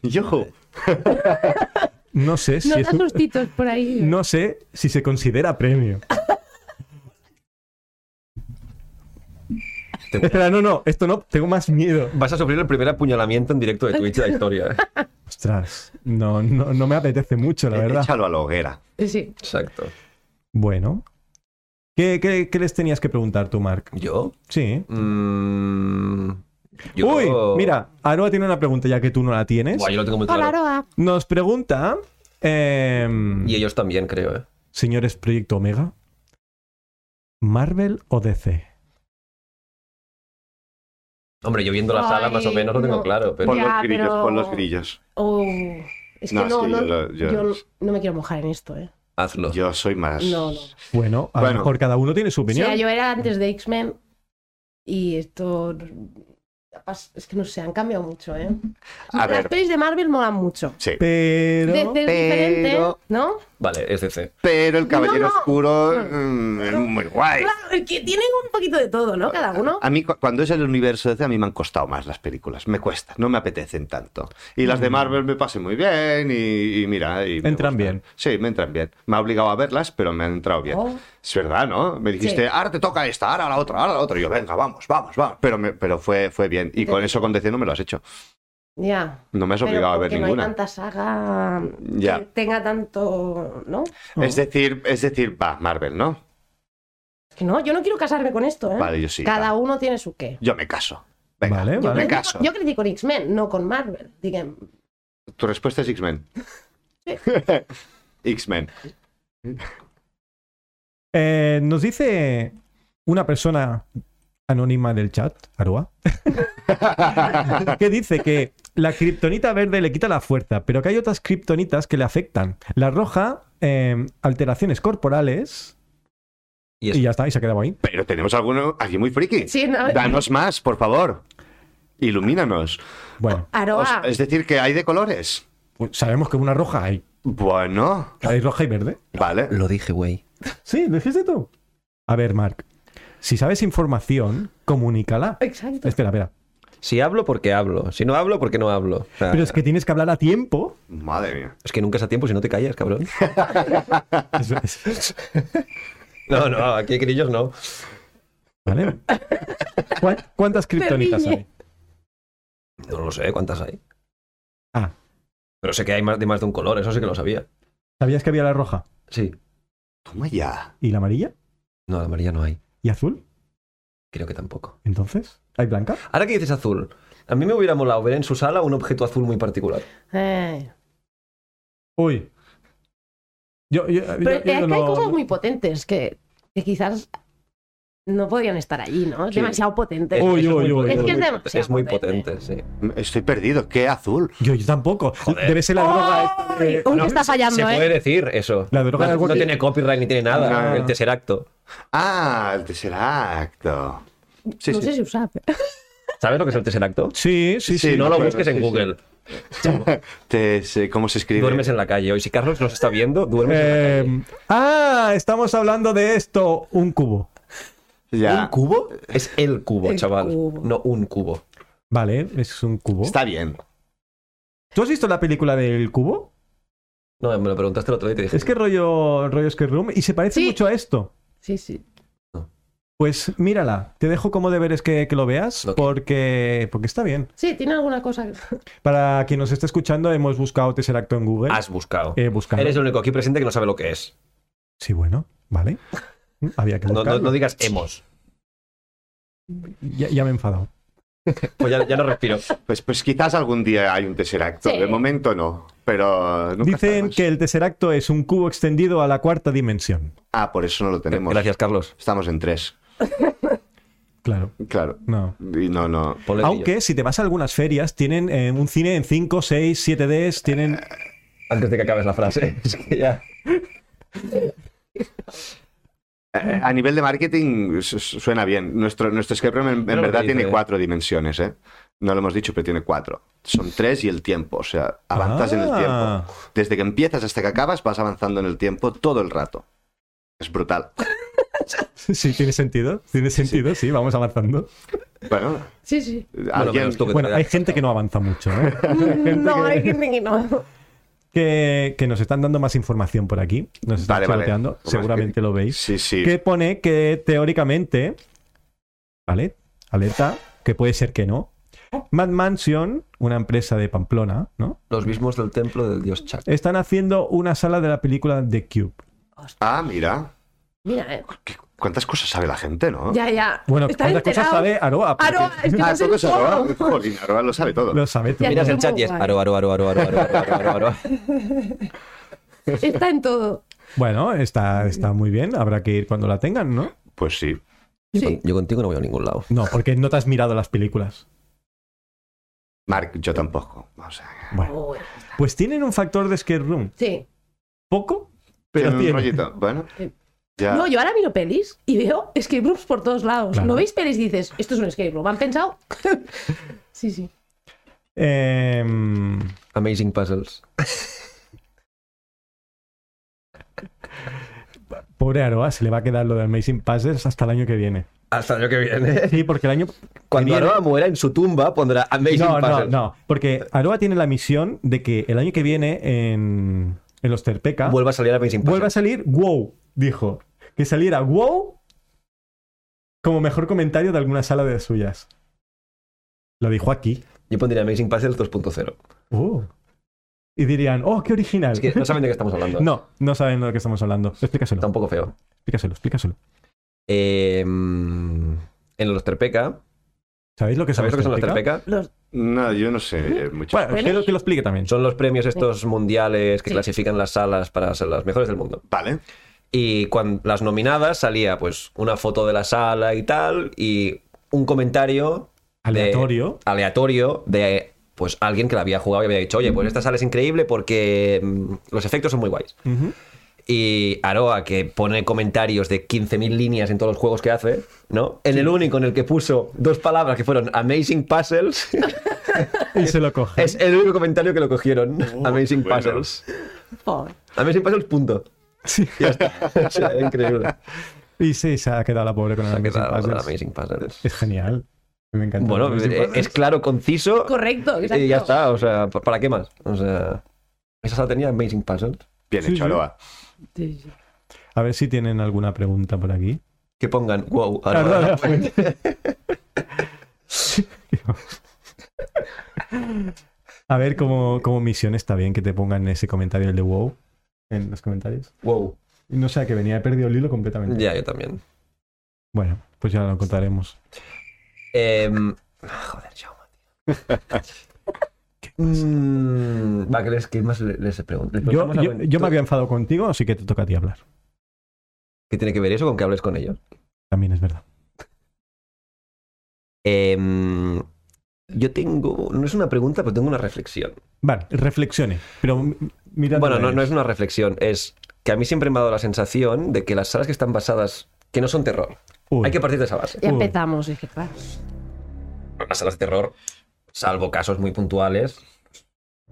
Yujú. No sé si No te es un- asustitos por ahí. no sé si se considera premio. Espera, no, no, esto no, tengo más miedo. Vas a sufrir el primer apuñalamiento en directo de Twitch de la historia. ¿eh? Ostras, no, no, no me apetece mucho, la verdad. Échalo a la hoguera. Sí. Exacto. Bueno. ¿Qué, qué, qué les tenías que preguntar tú, Mark? ¿Yo? Sí. Mm, yo... Uy, mira, Aroa tiene una pregunta ya que tú no la tienes. Buah, yo lo tengo muy Hola, claro. Aroa. Nos pregunta, em, Y ellos también, creo, ¿eh? señores Proyecto Omega, ¿Marvel o DC? Hombre, yo viendo la sala Ay, más o menos lo tengo no. claro, pero... Pon Ya, los grillos, pero- pon los grillos. Oh, es que No, no, no, es que yo lo- yo- yo no me quiero mojar en esto, ¿eh? Hazlo. Yo soy más. No, no. Bueno, a lo Bueno. mejor cada uno tiene su O opinión. sea, yo era antes de X-Men y esto... Es que no sé, han cambiado mucho, ¿eh? A Las ver. pelis de Marvel molan mucho. Sí. Pero... Desde diferente, pero- ¿no? Vale, es DC. Pero el Caballero No, no. Oscuro mm, es muy guay. Claro, es que tienen un poquito de todo, ¿no? Cada uno. A mí, cu- cuando es el universo DC, a mí me han costado más las películas. Me cuesta, no me apetecen tanto. Y las de Mm. Marvel me pasan muy bien y, y mira. y me Entran gustan. bien. Sí, me entran bien. Me ha obligado a verlas, pero me han entrado bien. Oh. Es verdad, ¿no? Me dijiste, Sí. ahora te toca esta, ahora la otra, ahora la otra. Y yo, venga, vamos, vamos, vamos. Pero, me- pero fue, fue bien. Y con eso con DC no me lo has hecho. Ya. No me has Pero obligado a ver porque no ninguna. hay tanta saga Ya. que tenga tanto, ¿no? Es decir, es decir, va, Marvel, ¿no? Es que no, yo no quiero casarme con esto, ¿eh? Vale, yo sí. Cada va. uno tiene su qué. Yo me caso. Venga, Vale, yo vale. me caso. Yo critico X-Men, no con Marvel. Digan, Tu respuesta es X-Men. X-Men. Eh, nos dice una persona anónima del chat, Aroa, que dice que la kriptonita verde le quita la fuerza, pero que hay otras kriptonitas que le afectan. La roja, eh, alteraciones corporales, Y es... y ya está, y se ha quedado ahí. Pero tenemos alguno aquí muy friki. Sí, no- Danos más, por favor. Ilumínanos. Bueno, Aroa, Os- es decir, que hay de colores. pues sabemos que una roja hay. Bueno, Hay roja y verde. vale. Lo dije, güey. Sí, lo dijiste tú. A ver, Mark, si sabes información, comunícala. exacto. Espera, espera. Si hablo, porque hablo. Si no hablo, porque no hablo. O sea, Pero es que tienes que hablar a tiempo. Madre mía. es que nunca es a tiempo si no te callas, cabrón. Eso es. No, no, aquí grillos no. ¿Vale? ¿Cuán- ¿Cuántas kriptonitas riñe. hay? No lo sé cuántas hay. Ah. Pero sé que hay más de más de un color, eso sí que lo sabía. ¿Sabías que había la roja Sí. Toma ya. y la amarilla No, de amarilla no hay. y azul? Creo que tampoco. Entonces, ¿hay blanca? Ahora que dices azul, a mí me hubiera molado ver en su sala un objeto azul muy particular. Eh, Uy. Yo, yo, yo- Pero yo es que hay no- cosas muy potentes que, que quizás no podrían estar allí, ¿no? Es Sí. Eh, demasiado potente. Uy, Eso uy, es muy uy, potente. uy. Es que es muy- demasiado es muy potente. potente, sí. Estoy perdido. ¿Qué azul? yo, yo tampoco. Debe ser la droga esta de- Uy, uy, que está fallando, Se ¿eh? puede decir eso. La droga no, del no walkie- tiene copyright ni tiene nada. No. El tercer acto. Ah, el tercer acto. Sí, no sí. sé si lo sabe. ¿Sabes lo que es el tercer acto? Sí, sí, sí. Sí, no me lo acuerdo, busques en sí, sí. Google. Te- sé ¿Cómo se escribe? Duermes en la calle. Y si Carlos nos está viendo, duermes Eh, en la calle. ah, estamos hablando de esto. Un cubo. Ya. ¿Un cubo? Es el cubo, El chaval. cubo. No un cubo. Vale, es un cubo. Está bien. ¿Tú has visto la película del cubo? No, me lo preguntaste el otro día y te dije. Es que rollo, rollo Escape Room y se parece Sí. mucho a esto. Sí, sí. Pues mírala, te dejo como deberes que, que lo veas Ok. porque, porque está bien. Sí, tiene alguna cosa. Para quien nos esté escuchando, hemos buscado Tercer Acto en Google. has buscado. He buscado. Ah, Eres el único aquí presente que no sabe lo que es. Sí, bueno, vale. Había que No, no- buscarlo. no digas hemos. ya, ya me he enfadado. Pues ya, ya no respiro. Pues, pues quizás algún día hay un tercer acto. Sí. De momento no. Pero nunca está de Dicen pues. más. que el tercer acto es un cubo extendido a la cuarta dimensión. Ah, por eso no lo tenemos. Gracias, Carlos. Estamos en tres. Claro, Claro. no. Y no, no. Ponle brillo. Aunque si te vas a algunas ferias, tienen eh, un cine en 5, 6, 7Ds, tienen... Antes de que acabes la frase. Es que ya. Eh, A nivel de marketing su- su- suena bien. Nuestro, nuestro escape room en, en Pero lo verdad que dice, tiene ¿eh? cuatro dimensiones, ¿eh? No lo hemos dicho, pero tiene cuatro. Son tres y el tiempo. O sea, avanzas en el Ah. tiempo. Desde que empiezas hasta que acabas, vas avanzando en el tiempo todo el rato. Es brutal. Sí, tiene sentido. Tiene sentido, sí, vamos avanzando. Bueno, Sí, sí. alguien- menos tú que te Bueno, quedas hay gente que no avanza mucho, ¿eh? Mm, No, hay gente que no. que, que nos están dando más información por aquí. Nos están Vale, vale. sorteando, Por más seguramente que- lo veis. Sí, sí. Que pone que teóricamente, ¿vale? Alerta, que puede ser que no. Mad Mansion, una empresa de Pamplona, ¿no? Los mismos del templo del dios Chak. Están haciendo una sala de la película The Cube. Ah, mira. Mira, eh. Qué- ¿Cuántas cosas sabe la gente, no? Ya, ya. Bueno, Están ¿cuántas cosas enterados. sabe Aroa? Porque Aroa, es que Ah, no sé todo es Aroa. todo. Jolín, Aroa lo sabe todo. Lo sabe tú. Ya, Miras el son chat muy y es guay. aro, aro, aro, aro, aro, aro, aro, aro, aro. Está en todo. Bueno, está, está muy bien. Habrá que ir cuando la tengan, ¿no? Pues sí. Yo con- Yo contigo no voy a ningún lado. No, porque no te has mirado las películas. Mark, yo tampoco. O sea, Bueno, Uy, pues tienen un factor de escape room. Sí. Poco, pero tiene un tiene. rollito. Bueno. Sí. Ya. Eh, No, yo ahora miro pelis y veo escape rooms por todos lados. Claro. No veis pelis y dices, esto es un escape room. ¿Han pensado? sí, sí. Em, Amazing Puzzles. pobre Aroa, se le va a quedar lo de Amazing Passes hasta el año que viene. Hasta el año que viene. Sí, porque el año. Cuando viene- Aroa muera en su tumba pondrá Amazing No, no, Puzzles. no. Porque Aroa tiene la misión de que el año que viene en, en los Terpeca vuelva, Vuelva a salir Amazing Puzzles. a salir WoW, dijo. Que saliera WoW como mejor comentario de alguna sala de suyas. Lo dijo aquí. Yo pondría Amazing Puzzles 2.0. Uh. Y dirían, oh, qué original. Es que no saben de qué estamos hablando. No, no saben de lo que estamos hablando. Está Explícaselo, un poco feo. explícaselo, explícaselo. Eh, mm, en los Terpeca. ¿Sabéis lo que son ¿Sabéis lo que son los Terpeca? Terpeca? Los... No, yo no sé eh, mucho. Bueno, quiero que lo explique también. Son los premios estos mundiales que Sí. clasifican las salas para ser las mejores del mundo. Vale. Y cuando las nominadas salía pues una foto de la sala y tal y un comentario de- Aleatorio. aleatorio de pues alguien que la había jugado y había dicho, oye, pues esta sala es increíble porque mm, los efectos son muy guays. Ujú. Y Aroa, que pone comentarios de 15.000 líneas en todos los juegos que hace, ¿no? En el único en el que puso dos palabras que fueron Amazing Puzzles, Y se lo coge. es el único comentario que lo cogieron. Oh, Amazing bueno. Puzzles. Pobre. Amazing Puzzles, punto. Sí. Ya está. O sea, era increíble. Y sí, se ha quedado la pobre con el Se ha Amazing quedado Puzzles. Amazing Puzzles. Es genial. Me encanta. Bueno, Amazing eh, Puzzles. es claro, conciso. Correcto, exacto. Y ya está, o sea, ¿pa- ¿para qué más? O sea, esa sala tenía Amazing Puzzles. Bien Sí, hecho, sí. Aroa. Sí, sí. A ver si tienen alguna pregunta por aquí. Que pongan, wow, Ah, Aroa. no, no. A ver, como, como misión está bien que te pongan ese comentario el de wow en los comentarios. wow. No sé a qué venía, he perdido el hilo completamente. Ya, yo también. Bueno, pues ya lo contaremos. Em, ah, joder, Jaume. Mm, va, que les, ¿qué más le- les pregunto? Les Yo, preguntamos yo- algo en- yo me había enfadado contigo, así que te toca a ti hablar. ¿Qué tiene que ver eso con que hables con ellos? También es verdad. Em, yo tengo, no es una pregunta, pero tengo una reflexión. Vale, reflexione. Pero m- mirando Bueno, a no, ellos. no es una reflexión, es que a mí siempre me ha dado la sensación de que las salas que están basadas, que no son terror, Uy, hay que partir de esa base. Ya Uy. empezamos, es que claro. Las salas de terror, salvo casos muy puntuales,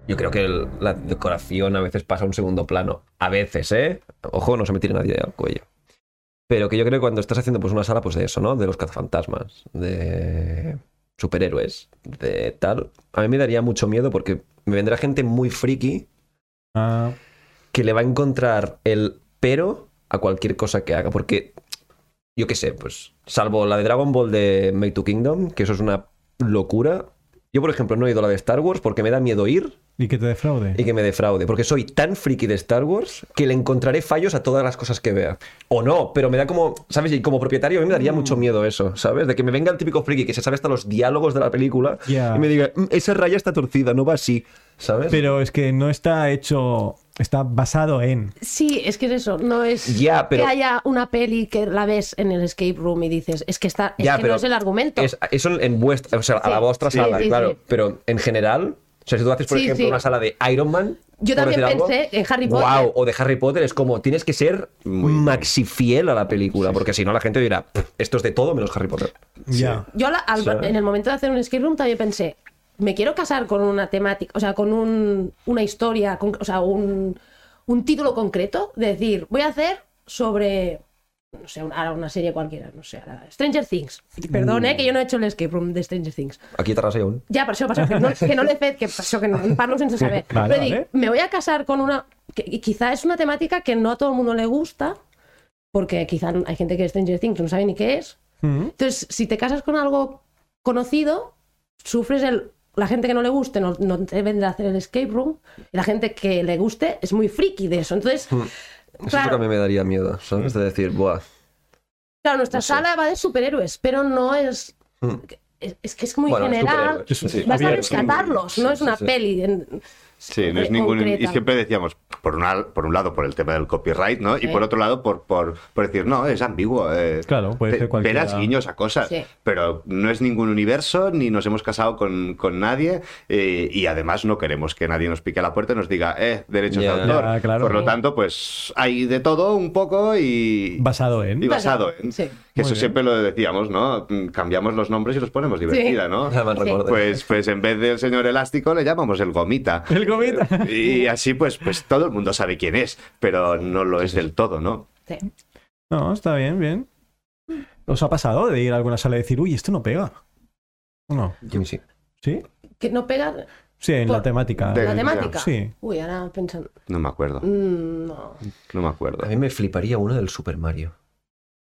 yo creo que el- la decoración a veces pasa a un segundo plano. A veces, ¿eh? Ojo, no se me tire nadie al cuello. Pero que yo creo que cuando estás haciendo pues, una sala, pues de eso, ¿no? De los cazafantasmas, de superhéroes, de tal. A mí me daría mucho miedo porque me vendrá gente muy friki ah, que le va a encontrar el pero a cualquier cosa que haga. Porque, yo qué sé, pues, salvo la de Dragon Ball de Made to Kingdom, que eso es una locura. Yo, por ejemplo, no he ido a la de Star Wars porque me da miedo ir y que te defraude. y que me defraude. Porque soy tan friki de Star Wars que le encontraré fallos a todas las cosas que vea. O no, pero me da como, ¿sabes? Y como propietario a mí me Mm. daría mucho miedo eso, ¿sabes? De que me venga el típico friki que se sabe hasta los diálogos de la película Ya. y me diga, "Mm, esa raya está torcida, no va así, ¿sabes? Pero es que no está hecho, está basado en. Sí, es que es eso. No es Ya, pero- que haya una peli que la ves en el escape room y dices, es que, está, es Ya, que pero no es el argumento. es- eso en vuestra, o sea, a la Sí, vuestra sí, sala, sí, claro. sí. Pero en general, o sea, si tú haces, por Sí, ejemplo, sí. una sala de Iron Man. Yo por también decir algo, pensé en Harry guau, Potter. o de Harry Potter, es como tienes que ser Muy- maxi fiel a la película, porque si no la gente dirá, "Pff, esto es de todo menos Harry Potter. Ya. Yo a la- al- Sí. en el momento de hacer un escape room también pensé, me quiero casar con una temática, o sea, con un- una historia, con- o sea, un, un título concreto, de decir, voy a hacer sobre no sé, un- ahora una serie cualquiera, no sé, ahora Stranger Things. Mm. Perdón, eh, que yo no he hecho el escape room de Stranger Things. Aquí te rasé un. Ja, per això, per això, que no, que no l'he fet, que per això, que no, parlo sense saber. Vale, Pero vale. me voy a casar con una... Que, y quizá es una temática que no a todo el mundo le gusta, porque quizá hay gente que Stranger Things no sabe ni qué es. Mm. Entonces, si te casas con algo conocido, sufres el... La gente que no le guste no, no te vendrá a hacer el escape room. Y la gente que le guste es muy friki de eso. Entonces, Eso es lo que a claro, mí me daría miedo, ¿sabes? De decir, buah. claro, nuestra no sé. sala va de superhéroes, pero no es... Mm. Es, es que es muy Bueno, es general. superhéroes, sí. Vas a Abierto. rescatarlos, no Sí, es una sí, sí. peli. en- Sí, no es Concreta. ningún. Y siempre decíamos, por, una- por un lado, por el tema del copyright, ¿no? Y Sí. por otro lado, por, por, por decir, no, es ambiguo. eh, Claro, puede pe- ser cualquiera. Peras guiños a cosas. Sí. Pero no es ningún universo, ni nos hemos casado con, con nadie. eh, y además, no queremos que nadie nos pique a la puerta y nos diga, eh, derechos Ya, de autor. ya, claro. Por lo tanto, pues hay de todo un poco y. Basado y en. basado en. Sí. Que eso bien. siempre lo decíamos, ¿no? Mm, Cambiamos los nombres y los ponemos divertida, ¿no? Ya me recuerdo. Pues, pues en vez del señor elástico le llamamos el gomita. El cometa. Y así pues, pues todo el mundo sabe quién es, pero no lo es del todo, ¿no? Sí. No, está bien, bien. ¿Os ha pasado de ir a alguna sala y decir, uy, esto no pega? ¿O no? Yo sí. ¿Sí? Que no pega Sí, en la Por- temática. De- la temática. Sí. Uy, ahora pensando. No me acuerdo, mm, no. no me A acuerdo. mí me fliparía uno del Super Mario.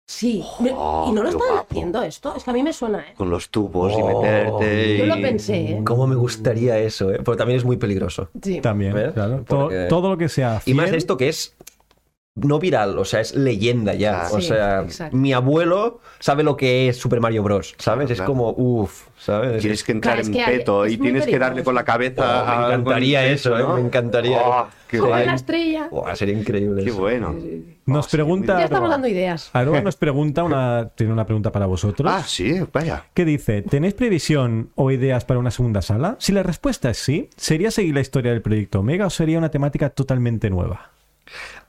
Sí. me- y no lo qué están guapo. haciendo esto. Es que a mí me suena, ¿eh? Con los tubos y Oh. meterte Yo lo y- pensé, ¿eh? ¿Cómo me gustaría eso, eh? Porque también es muy peligroso. Sí. También, ¿Ves? claro. To- Porque- Todo lo que sea. Y más fiel- de esto que es no viral, o sea, es leyenda ya. Ah, Sí, o sea, exacto. mi abuelo sabe lo que es Super Mario Bros. ¿Sabes? Es Ah, Claro. como, uff, ¿sabes? Tienes que entrar Claro, es en que hay- peto es y muy tienes que darle peligroso. con la Oh, cabeza. me a- encantaría con el eso, pecho, ¿eh? ¿no? Me encantaría. Oh, qué, Como guay. una estrella. Buah, sería increíble. qué eso. bueno. Nos Oh, sí, pregunta. Ya estamos Aroa. dando ideas. Aroa nos pregunta una. Tiene una pregunta para vosotros. Ah, sí, vaya. que dice, ¿tenéis previsión o ideas para una segunda sala? Si la respuesta es sí, ¿sería seguir la historia del proyecto Omega o sería una temática totalmente nueva?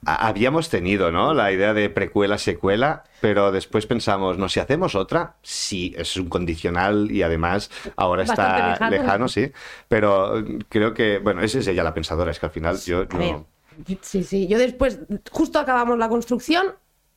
A- Habíamos tenido, ¿no? La idea de precuela, secuela, pero después pensamos, no, si hacemos otra, sí, es un condicional y además ahora está Bastante lejano, lejano. sí. Pero eh, creo que, bueno, esa es ella la pensadora, es que al final yo A no. ver. Sí, sí. Yo después, justo acabamos la construcción.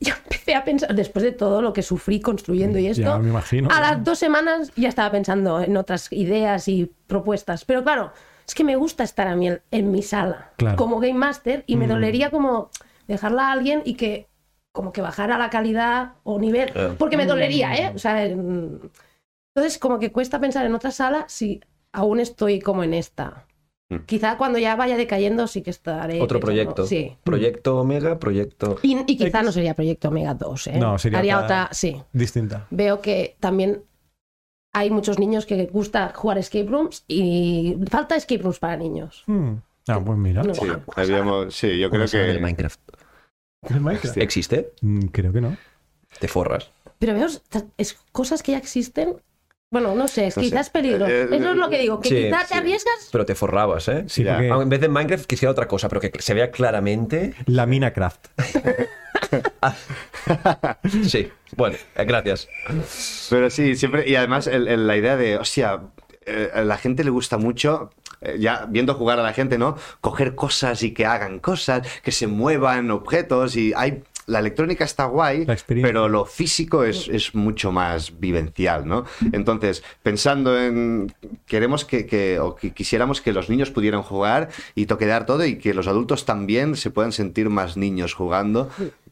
Yo empecé a pensar, después de todo lo que sufrí construyendo y esto, Ya me imagino. a las dos semanas ya estaba pensando en otras ideas y propuestas. Pero claro, es que me gusta estar a mí en, en mi sala Claro. Mm. como game master y me dolería como dejarla a alguien y que como que bajara la calidad o nivel. Claro. Porque me Mm. dolería, ¿eh? O sea, en- entonces como que cuesta pensar en otra sala si aún estoy como en esta. Mm. Quizá cuando ya vaya decayendo sí que estaré. Hmm. Otro pensando- proyecto. Sí. Proyecto Omega, proyecto. Y, y quizá no sería Proyecto Omega 2, ¿eh? No, sería Haría otra- otra, sí Distinta. veo que también hay muchos niños que gusta jugar escape rooms y falta escape rooms para niños. Hmm. Ah, pues mira. No. Sí, habíamos- sí, yo creo Una sala del que. Minecraft. Hostia. ¿Existe? Mm, Creo que no. Te forras. Pero veo esta- es, cosas que ya existen. Bueno, no sé, es No sé. quizás peligro. Eh, eh, Eso es lo que digo, que sí, quizás sí. te arriesgas. Pero te forrabas, ¿eh? Sí, Ya. porque Ah, En vez de Minecraft quisiera otra cosa, pero que se vea claramente. la mina craft. Sí, bueno, eh, gracias. Pero sí, siempre. Y además el- el- la idea de, hostia, eh, a la gente le gusta mucho, eh, ya viendo jugar a la gente, ¿no? Coger cosas y que hagan cosas, que se muevan objetos y hay. La electrónica está guay, La experiencia. pero lo físico es, es mucho más vivencial, ¿no? Entonces, pensando en. Queremos que, que- o que quisiéramos que los niños pudieran jugar y toquedear todo y que los adultos también se puedan sentir más niños jugando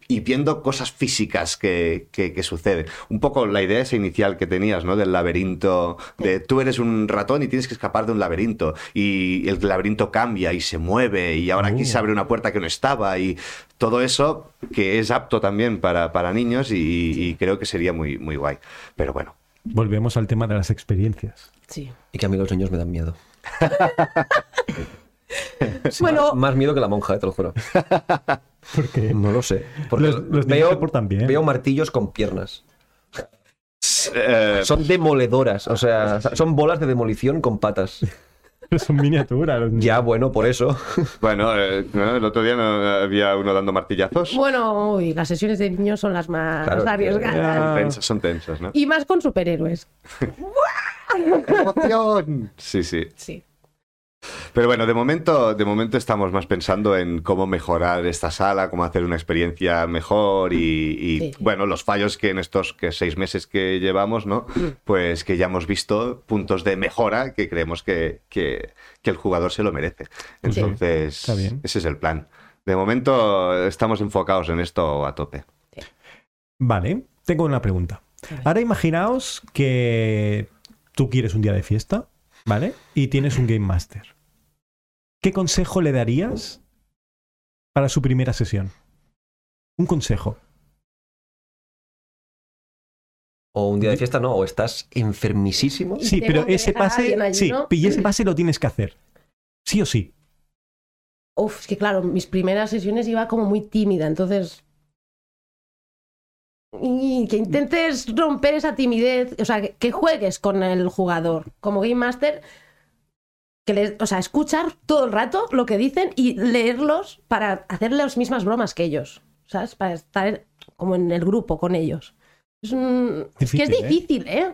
y viendo cosas físicas que, que- que suceden. Un poco la idea esa inicial que tenías, ¿no? Del laberinto, de tú eres un ratón y tienes que escapar de un laberinto y el laberinto cambia y se mueve y ahora aquí Uh. se abre una puerta que no estaba y todo eso que es apto también para, para niños y, y creo que sería muy, muy guay. Pero bueno. Volvemos al tema de las experiencias. Sí. Y que a mí los niños me dan miedo. Bueno, Más miedo que la monja, eh, te lo juro. Porque No lo sé. Porque Los- los niños se portan bien. Veo martillos con piernas. Eh, Son demoledoras, o sea, son bolas de demolición con patas. son miniaturas. los niños. Ya, bueno, por eso. bueno, eh, ¿no? el otro día no había uno dando martillazos. bueno, uy, las sesiones de niños son las más Claro, arriesgadas. Son tensas, son tensas, ¿no? Y más con superhéroes. ¡Emoción! Sí, sí. Sí. Pero bueno, de momento, de momento estamos más pensando en cómo mejorar esta sala, cómo hacer una experiencia mejor y, y, Sí. bueno, los fallos que en estos que seis meses que llevamos, ¿no? Pues que ya hemos visto puntos de mejora que creemos que, que- que el jugador se lo merece. Entonces, Está bien. ese es el plan. De momento estamos enfocados en esto a tope. Vale, tengo una pregunta. Ahora imaginaos que tú quieres un día de fiesta, ¿vale? Y tienes un Game Master. ¿Qué consejo le darías para su primera sesión? Un consejo. O un día de fiesta, no, o estás enfermisísimo. Y Sí, tengo pero que ese dejar a pase, alguien allí, sí, ¿no? y ese pase lo tienes que hacer. Sí o sí. Uf, es que claro, mis primeras sesiones iba como muy tímida, entonces. Y que intentes romper esa timidez, o sea, que, que juegues con el jugador. Como Game Master, que les, o sea, escuchar todo el rato lo que dicen y leerlos para hacer las mismas bromas que ellos, ¿sabes? Para estar en- como en el grupo con ellos. Es, un- es que Difícil, es ¿eh? Mm. difícil, ¿eh?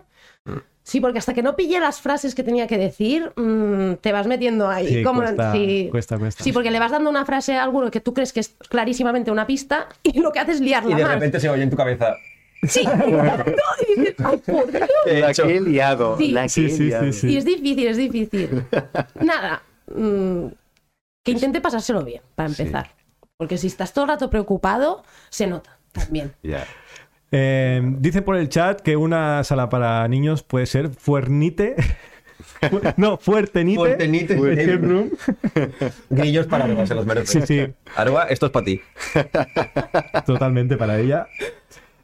Sí, porque hasta que no pillé las frases que tenía que decir, mm, te vas metiendo ahí. Sí, como- cuesta, sí. cuesta, cuesta. Sí, porque le vas dando una frase a alguno que tú crees que es clarísimamente una pista y lo que haces es liarla Y de más. repente se oye en tu cabeza. Sí, exacto, y dices, "Ay, por Dios". La que he liado. Sí. la que Sí, he sí, liado. sí, sí. Y es difícil, es difícil. Nada, mm, que intente pasárselo bien, para empezar. Porque si estás todo el rato preocupado, se nota también. Ya. Eh, dicen por el chat que una sala para niños puede ser fuernite. Fu- no, fuertenite. Fuertenite. Escape room. Grillos para Aruba, se los merece. Sí, sí. Aruba, esto es para ti. Totalmente para ella.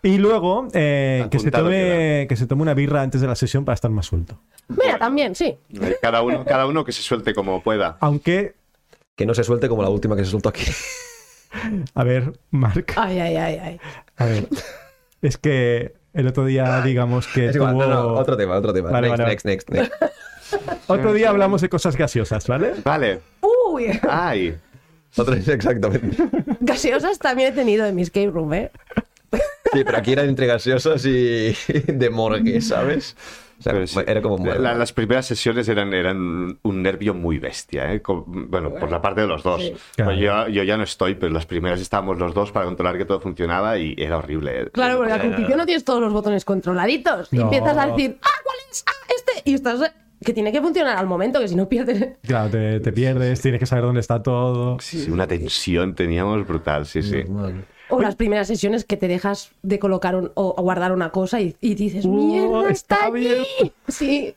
Y luego, eh, que, se Apuntado tome, que se tome una birra antes de la sesión para estar más suelto. Mira, también, sí. Cada uno, cada uno que se suelte como pueda. Aunque, Que no se suelte como la última que se soltó aquí. a ver, Marc, Ay, ay, ay, ay. a ver. Es que el otro día, digamos que Ah, Es igual, tuvo- no, no, otro tema, otro tema. Vale, next, vale. next, next, next. Otro día hablamos de cosas gaseosas, ¿vale? Vale. Uy, Ay. Otro, exactamente. gaseosas también he tenido en mi escape room, ¿eh? Sí, pero aquí eran entre gaseosas y de morgue, ¿sabes? O sea, Pero sí. era como un La- las primeras sesiones eran, eran un nervio muy bestia, ¿eh? Con- bueno, por la parte de los dos. Claro. Pues yo, yo ya no estoy, pero las primeras estábamos los dos para controlar que todo funcionaba y era horrible. ¿eh? Claro, porque al principio no tienes todos los botones controladitos. Y No. empiezas a decir, ah, ¿cuál es? Ah, este. Y estás. Que tiene que funcionar al momento, que si no pierdes. eh. Claro, te, te pierdes, tienes que saber dónde está todo. Sí, una tensión teníamos brutal, sí, sí. O las primeras sesiones que te dejas de colocar un- o, o guardar una cosa y, y dices, Oh, mierda, está, está allí. abierto. Sí.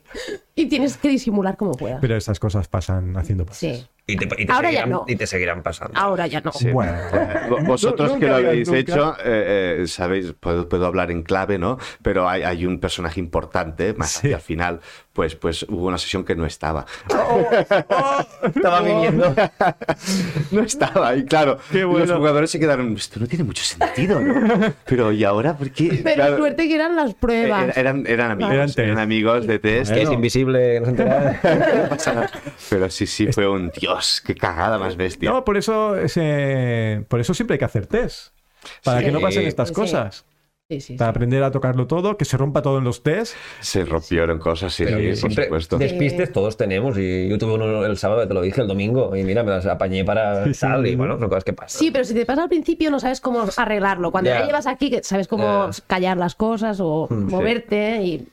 Y tienes que disimular como puedas. Pero esas cosas pasan haciendo pases. Sí. Y te, y te Ahora ya seguirán, no. y te seguirán pasando. Ahora ya no. Bueno, Vo- Vosotros Nunca que lo digas habéis nunca. hecho, eh, eh, sabéis, puedo, puedo hablar en clave, ¿no? Pero hay, hay un personaje importante, más Sí. hacia el final, pues, pues hubo una sesión que no estaba. Oh, Estaba viniendo. No estaba, y claro, Qué bueno. los jugadores se quedaron, esto no tiene mucho sentido, ¿no? Pero ¿y ahora por qué? Pero Claro, suerte que eran las eh, pruebas. era- eran, eran amigos, Eran eran, test. amigos de test. Que es invisible, que no se entera. Pero sí, sí, fue un dios, qué cagada más bestia. No, por eso, ese- por eso siempre hay que hacer test. Para Sí. que no pasen estas Sí. cosas. Sí, sí, sí. Para aprender a tocarlo todo, que se rompa todo en los test. Se rompieron cosas, sí, Pero sí, por siempre supuesto. despistes todos tenemos. Y yo tuve uno el sábado, te lo dije, el domingo. Y mira, me las apañé para Sí, sí, tal. sí. Y bueno, son cosas que pasan. Sí, pero si te pasa al principio no sabes cómo arreglarlo. Cuando Ya. ya llevas aquí, que sabes cómo Ya. callar las cosas o moverte y Hmm,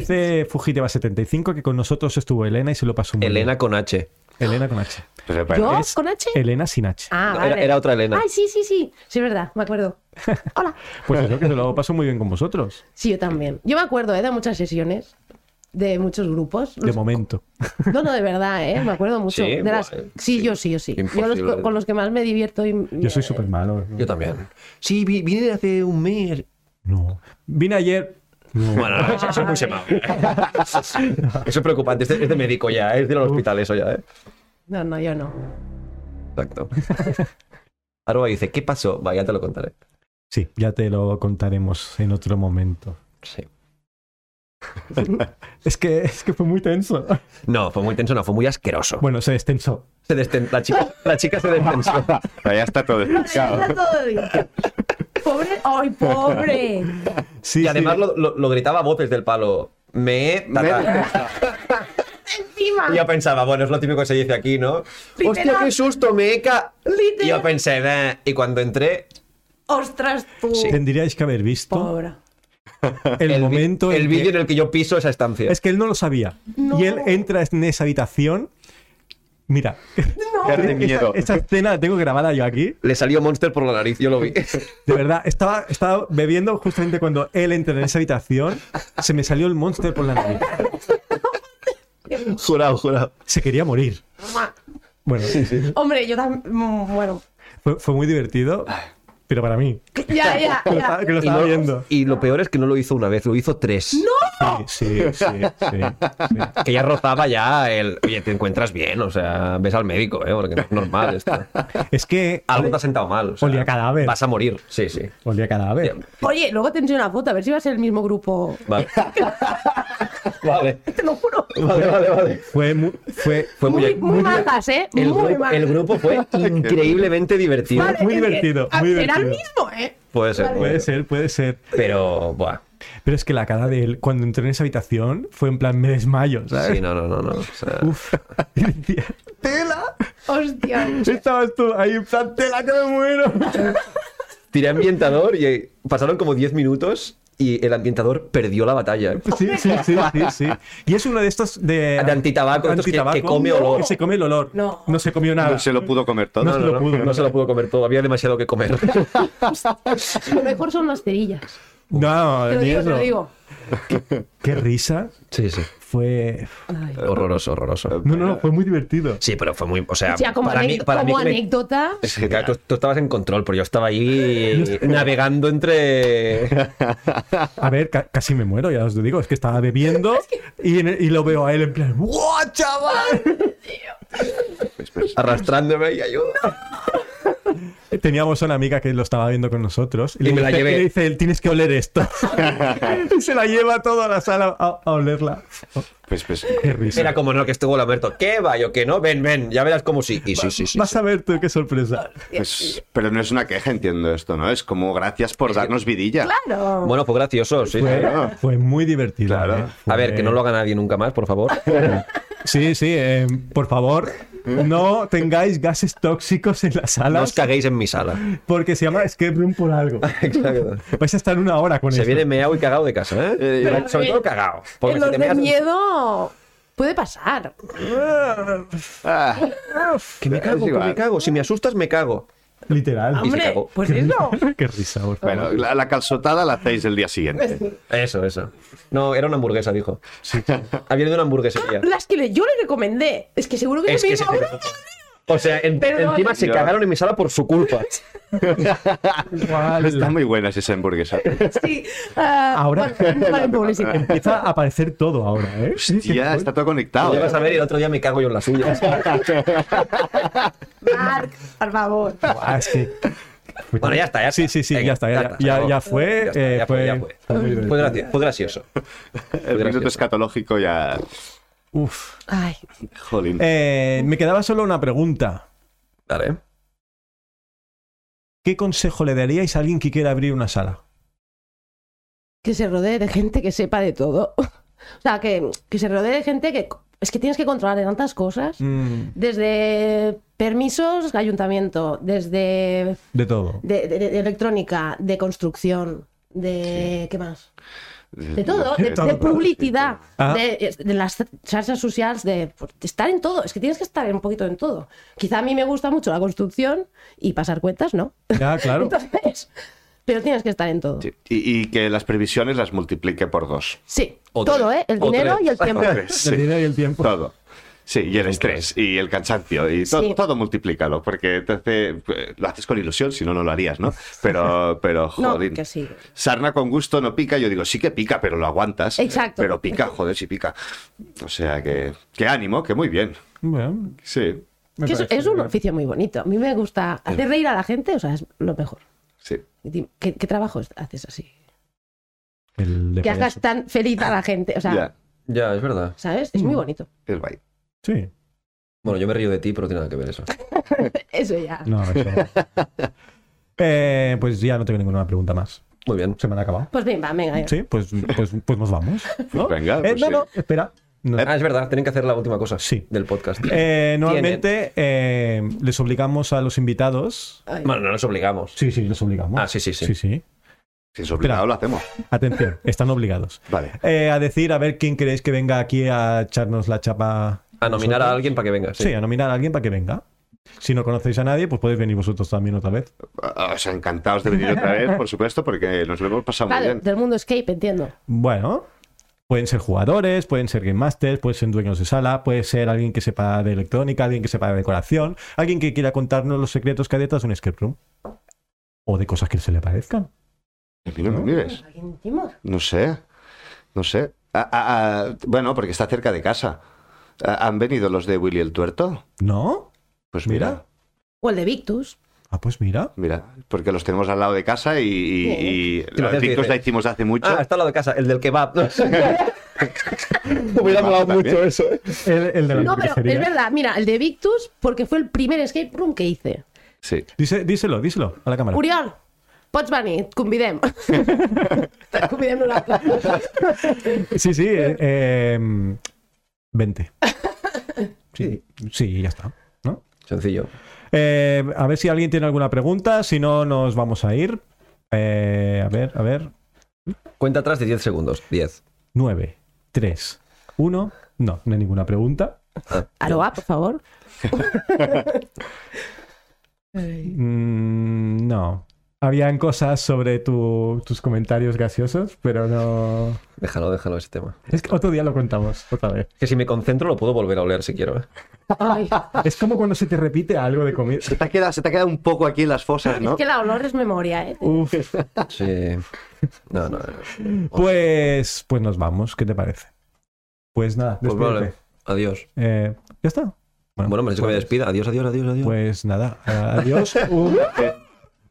Dice Fugiteva75 que con nosotros estuvo Elena y se lo pasó muy Elena con H. bien. Elena con H. Pero, pero, ¿Yo? Es ¿Con H? Elena sin H. Ah, No, vale. era- era otra Elena. Ay, sí, sí, sí. Sí, es verdad, me acuerdo. Hola. Pues eso, que se lo paso muy bien con vosotros, Sí, yo también. Yo me acuerdo, ¿eh? De muchas sesiones, de muchos grupos. de momento. No, no, de verdad, ¿eh? Me acuerdo mucho. Sí, de las... guay. sí, Sí. yo sí, yo sí. Yo los- Imposible. con, los que más me divierto y... Yo soy súper malo. Yo también. Sí, vi- vine hace un mes. No. Vine ayer. No. Bueno, no, eso, eso es muy semado. Eso es preocupante. Este es de médico ya, ¿eh? es de ir al hospital eso ya, ¿eh? No, no, yo no. Exacto. Aruba dice, ¿qué pasó? Va, ya te lo contaré. Sí, ya te lo contaremos en otro momento. Sí. Es que, es que fue muy tenso. No, fue muy tenso, no, fue muy asqueroso. Bueno, se destensó. Se desten- la, chica, la chica se destensó. pero ya está todo explicado. Está todo bien. Pobre... ¡Ay, pobre! Sí, Y sí. además lo, lo- lo gritaba a voces del palo. Me... ta, ta". encima. Y yo pensaba, bueno, es lo típico que se dice aquí, ¿no? ¡Hostia, qué susto, meca! Literal. Y yo pensé, "Nah". y cuando entré, Ostras, tú. Tendríais que haber visto Pobre. el, vi- momento. en el que- vídeo en el que yo piso esa estancia. Es que él no lo sabía. Y él entra en esa habitación. Mira, Qué de miedo. esta escena la tengo grabada yo aquí. Le salió Monster por la nariz, yo lo vi. De verdad, estaba, estaba bebiendo justamente cuando él entra en esa habitación. Se me salió el monster por la nariz. jurado, jurado. Se quería morir. Bueno, Hombre, yo también. Bueno, fue, fue muy divertido, pero para mí. ya, ya, Que lo ya. estaba, que lo estaba viendo. Y lo peor es que no lo hizo una vez, lo hizo tres. Sí, sí, sí, sí, sí. Que ya rozaba ya el. Oye, te encuentras bien, o sea, ves al médico, ¿eh? Porque no es normal esto. Es que Algo te ha sentado mal. O sea, Olía a cadáver. Vas a morir. Sí, sí. olía a cadáver. Oye, luego te enseño una foto, a ver si va a ser el mismo grupo. Vale. vale. Te lo juro. Vale, vale, vale. Fue, mu- fue, Fue muy. Muy, muy majas, ¿eh? el, muy grupo, majas. el grupo fue increíblemente divertido. Vale. muy es que- divertido, a- muy Era el divertido. mismo, ¿eh? Puede ser. puede ser, puede ser. Pero, buah. Pero es que la cara de él, cuando entró en esa habitación, fue en plan, me desmayo, ¿sabes? Sí, no, no, no. no. O sea, Uf. Y decía, ¡Tela! Hostia. Estabas tú ahí en plan, ¡Tela, que me muero! tiré ambientador y eh, pasaron como 10 minutos y el ambientador perdió la batalla. Sí, sí, sí, sí, sí. Y es uno de estos de... Ah, De antitabaco, estos que- que come olor. Que se come el olor. No. se comió nada. No se lo pudo comer todo. No se lo pudo. no se lo pudo comer todo, había demasiado que comer. Lo mejor son las cerillas. No, Te lo ni digo, te lo eso. digo. Qué risa. Sí, sí. Fue... Ay. Horroroso, horroroso. No, no, no, fue muy divertido. Sí, pero fue muy. O sea, O sea, como, para mí, anec- para mí como que me- anécdota. Es que, claro, tú, tú estabas en control, pero yo estaba ahí navegando entre. A ver, ca- casi me muero, ya os lo digo. Es que estaba bebiendo y, en- y lo veo a él en plan, ¡Wow, chaval! Pues, arrastrándome y yo. "Ah". Teníamos una amiga que lo estaba viendo con nosotros. Y le me la dice- llevé. y le dice, él, tienes que oler esto. y se la lleva toda la sala a, a olerla. Oh, Pues, pues, Qué risa. Era como no, que estuvo la muerto. ¿Qué va? Yo que no, ven, ven, ya verás cómo sí. Y sí, sí, sí. Vas a ver tú qué sorpresa. pues- pero no es una queja, entiendo esto, ¿no? Es como gracias por darnos vidilla. sí. Claro. Bueno, fue gracioso, sí. Fue, fue muy divertido. Claro. ¿eh? A ver, que no lo haga nadie nunca más, por favor. Sí, sí, eh, por favor, no tengáis gases tóxicos en las No salas os caguéis en mi sala. porque se llama escape room por algo. Exacto. Vais a estar una hora con Se esto. viene meao y cagado de casa, ¿eh? Eh, Pero al Sobre revés. todo cagado. En los si te de meas- miedo puede pasar. Ah, Que me cago, Es que igual. me cago. Si me asustas, me cago. Literal. Y se Hombre, cagó. pues eso. Qué risa, por favor. bueno, la, la calzotada la hacéis el día siguiente. Eso, eso. No, era una hamburguesa, dijo. Había ido a una hamburguesería. Las que le- yo le recomendé. Es que seguro que Es se me que hizo se te- ahora. O sea, en- Perdón. encima se Yo- cagaron en mi sala por su culpa. Están muy buenas esa hamburguesa. Sí. Ah, Ahora- bueno, no vale, publicidad. Empieza a aparecer todo ahora, ¿eh? Pues Ya está todo Ah, conectado. Ya vas a ver y el otro día me cago yo en la suya. Marc, por favor. Buah, es que- Bueno, ya está, ya está. Ah, Sí, sí, sí, Venga, ya está. Ya, ya está, ya- se acabó. ya fue. Ya está, eh, ya fue, fue, ya fue. Fue, gracio- fue gracioso. El minuto escatológico ya. Uf. Ay, Jolín. Eh, me quedaba solo una pregunta. Vale. ¿Qué consejo le daríais a alguien que quiera abrir una sala? que se rodee de gente que sepa de todo. O sea, que, que se rodee de gente que. Es que tienes que controlar de tantas cosas. Mm, Desde permisos, ayuntamiento, desde de todo. de, de- de electrónica, de construcción, de ¿qué más? De todo, de, de publicidad, Ah. de, de las charlas sociales, de, pues, de estar en todo. Es que tienes que estar un poquito en todo. Quizá a mí me gusta mucho la construcción y pasar cuentas, ¿no? Ya, claro. Entonces, pero tienes que estar en todo. Sí, Sí. Y, y que las previsiones las multiplique por dos. O todo, tres. ¿eh? El O dinero tres. y el tiempo. Sí. El dinero y el tiempo. Todo. Sí, y el estrés, y el cansancio, y to- Sí. todo multiplícalo, porque te hace- eh, lo haces con ilusión, si no, no lo harías, ¿no? Pero, pero No, jolín. que sí. Sarna con gusto no pica, yo digo, sí que pica, pero lo aguantas. Exacto. Pero pica, joder, sí pica. O sea que, que ánimo, que muy bien. Bueno, Sí, me Que es, parece es un bien. oficio muy bonito. A mí me gusta hacer reír a la gente, o sea, es lo mejor. sí. Di- ¿Qué, qué trabajo haces así? El de Que payaso. hagas tan feliz a la gente, o sea, ya, Ya, es verdad. ¿sabes? Es Mm. muy bonito. es guay. Sí. Bueno, yo me río de ti, pero tiene nada que ver eso. Eso ya. No, eso- Eh, pues ya no tengo ninguna pregunta más. Muy bien. Se me han acabado. Pues bien, va, venga, venga. Sí, pues, pues, pues nos vamos. Pues venga, Eh, pues no, sí. no, espera. No. Ah, es verdad, tienen que hacer la última cosa Sí. del podcast. Eh, normalmente eh, les obligamos a los invitados. Ay. Bueno, no nos obligamos. Sí, sí, los obligamos. Ah, sí, sí, sí. Sí, sí. Si es obligado, Espera. lo hacemos. Atención, están obligados. Vale. Eh, a decir, a ver quién queréis que venga aquí a echarnos la chapa. A nominar nosotros. a alguien para que venga. Sí. Sí, a nominar a alguien para que venga. Si no conocéis a nadie, pues podéis venir vosotros también otra vez. Ah, O sea, encantados de venir otra vez, por supuesto, porque nos lo hemos pasado muy Vale, bien. del mundo escape, entiendo. Bueno, pueden ser jugadores, pueden ser game masters, pueden ser dueños de sala, puede ser alguien que sepa de electrónica, alguien que sepa de decoración, alguien que quiera contarnos los secretos que hay detrás de un escape room. O de cosas que se le parezcan. A mí no me mires. Qué íntimo. No sé, no sé. Ah, ah, ah, bueno, porque está cerca de casa. Ah, ¿Han venido los de Willy el Tuerto? ¿No? Pues Mira. mira, O el de Victus. Ah, pues mira. mira, porque los tenemos al lado de casa y, y, y Sí, lo la hacías bien, Victus la eh. hicimos hace mucho. Ah, está al lado de casa, el del kebab. Hubiera molado pues También. mucho eso, ¿eh? El, el de la No, pero hamburguesería. es verdad, mira, el de Victus, porque fue el primer escape room que hice. Sí. Dice- díselo, díselo a la cámara. Oriol, pots venir, et convidem. Et convidem nosaltres. Sí, sí. eh, eh, vente. Sí, sí, ya está. ¿no? Sencillo. Eh, a ver si alguien tiene alguna pregunta. Si no, nos vamos a ir. Eh, a ver, a ver. Cuenta atrás de 10 segundos. 10. 9, 3, 1. No, no hay ninguna pregunta. Aroa, por favor. Mm, no. Habían cosas sobre tu- tus comentarios gaseosos, pero no. Déjalo, déjalo ese tema. Es que otro día lo contamos, otra vez. Que si me concentro lo puedo volver a oler si quiero. ¿eh? Ai, Es como cuando se te repite algo de comida. Se te, ha quedado, se te ha quedado un poco aquí en las fosas, ¿no? És que l'olor és memòria, eh? Uf. Sí. No, no. no. Pues, pues nos vamos, ¿qué te parece? Pues nada, Pues despídete. vale. Adiós. Eh, ya está. Bueno, me has dicho que me pues- despida. Adiós, adiós, adiós, adiós. Pues nada, adiós. Un, eh,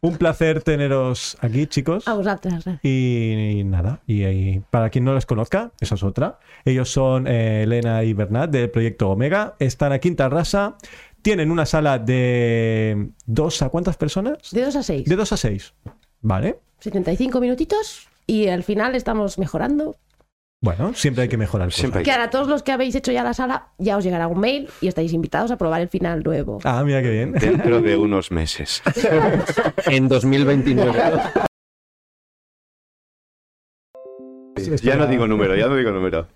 un placer teneros aquí, chicos. A vosaltres. eh? Y, nada, y, y para quien no les conozca, esa es otra. Ellos son eh, Elena y Bernat del proyecto Omega. Están aquí en Tarrasa. Tienen una sala de dos a cuántas personas? De dos a seis. De dos a seis. Vale. 75 minutitos y al final estamos mejorando. Bueno, siempre hay que mejorar. cosas. Pues Siempre hay Que ahora todos los que habéis hecho ya la sala, ya os llegará un mail y estáis invitados a probar el final nuevo. Ah, mira qué bien. Dentro de unos meses. En 2029. Ya no digo número, ya no digo número.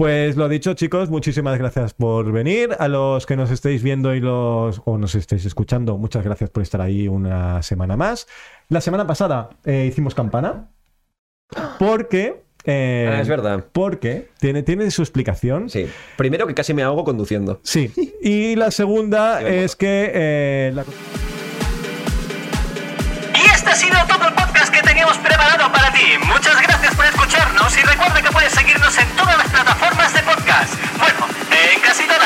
Pues lo dicho, chicos, muchísimas gracias por venir. A los que nos estéis viendo y los o nos estéis escuchando, muchas gracias por estar ahí una semana más. La semana pasada eh, hicimos campana porque eh, Ah, es verdad. Porque tiene tiene su explicación. Sí. Primero que casi me ahogo conduciendo. Sí. Y la segunda Iba en es que eh, la- Y este ha sido todo el podcast que teníamos preparado para ti. Muchas gracias por escucharnos y recuerda que puedes seguirnos en todas las plataformas de podcast. Bueno, en casi todas.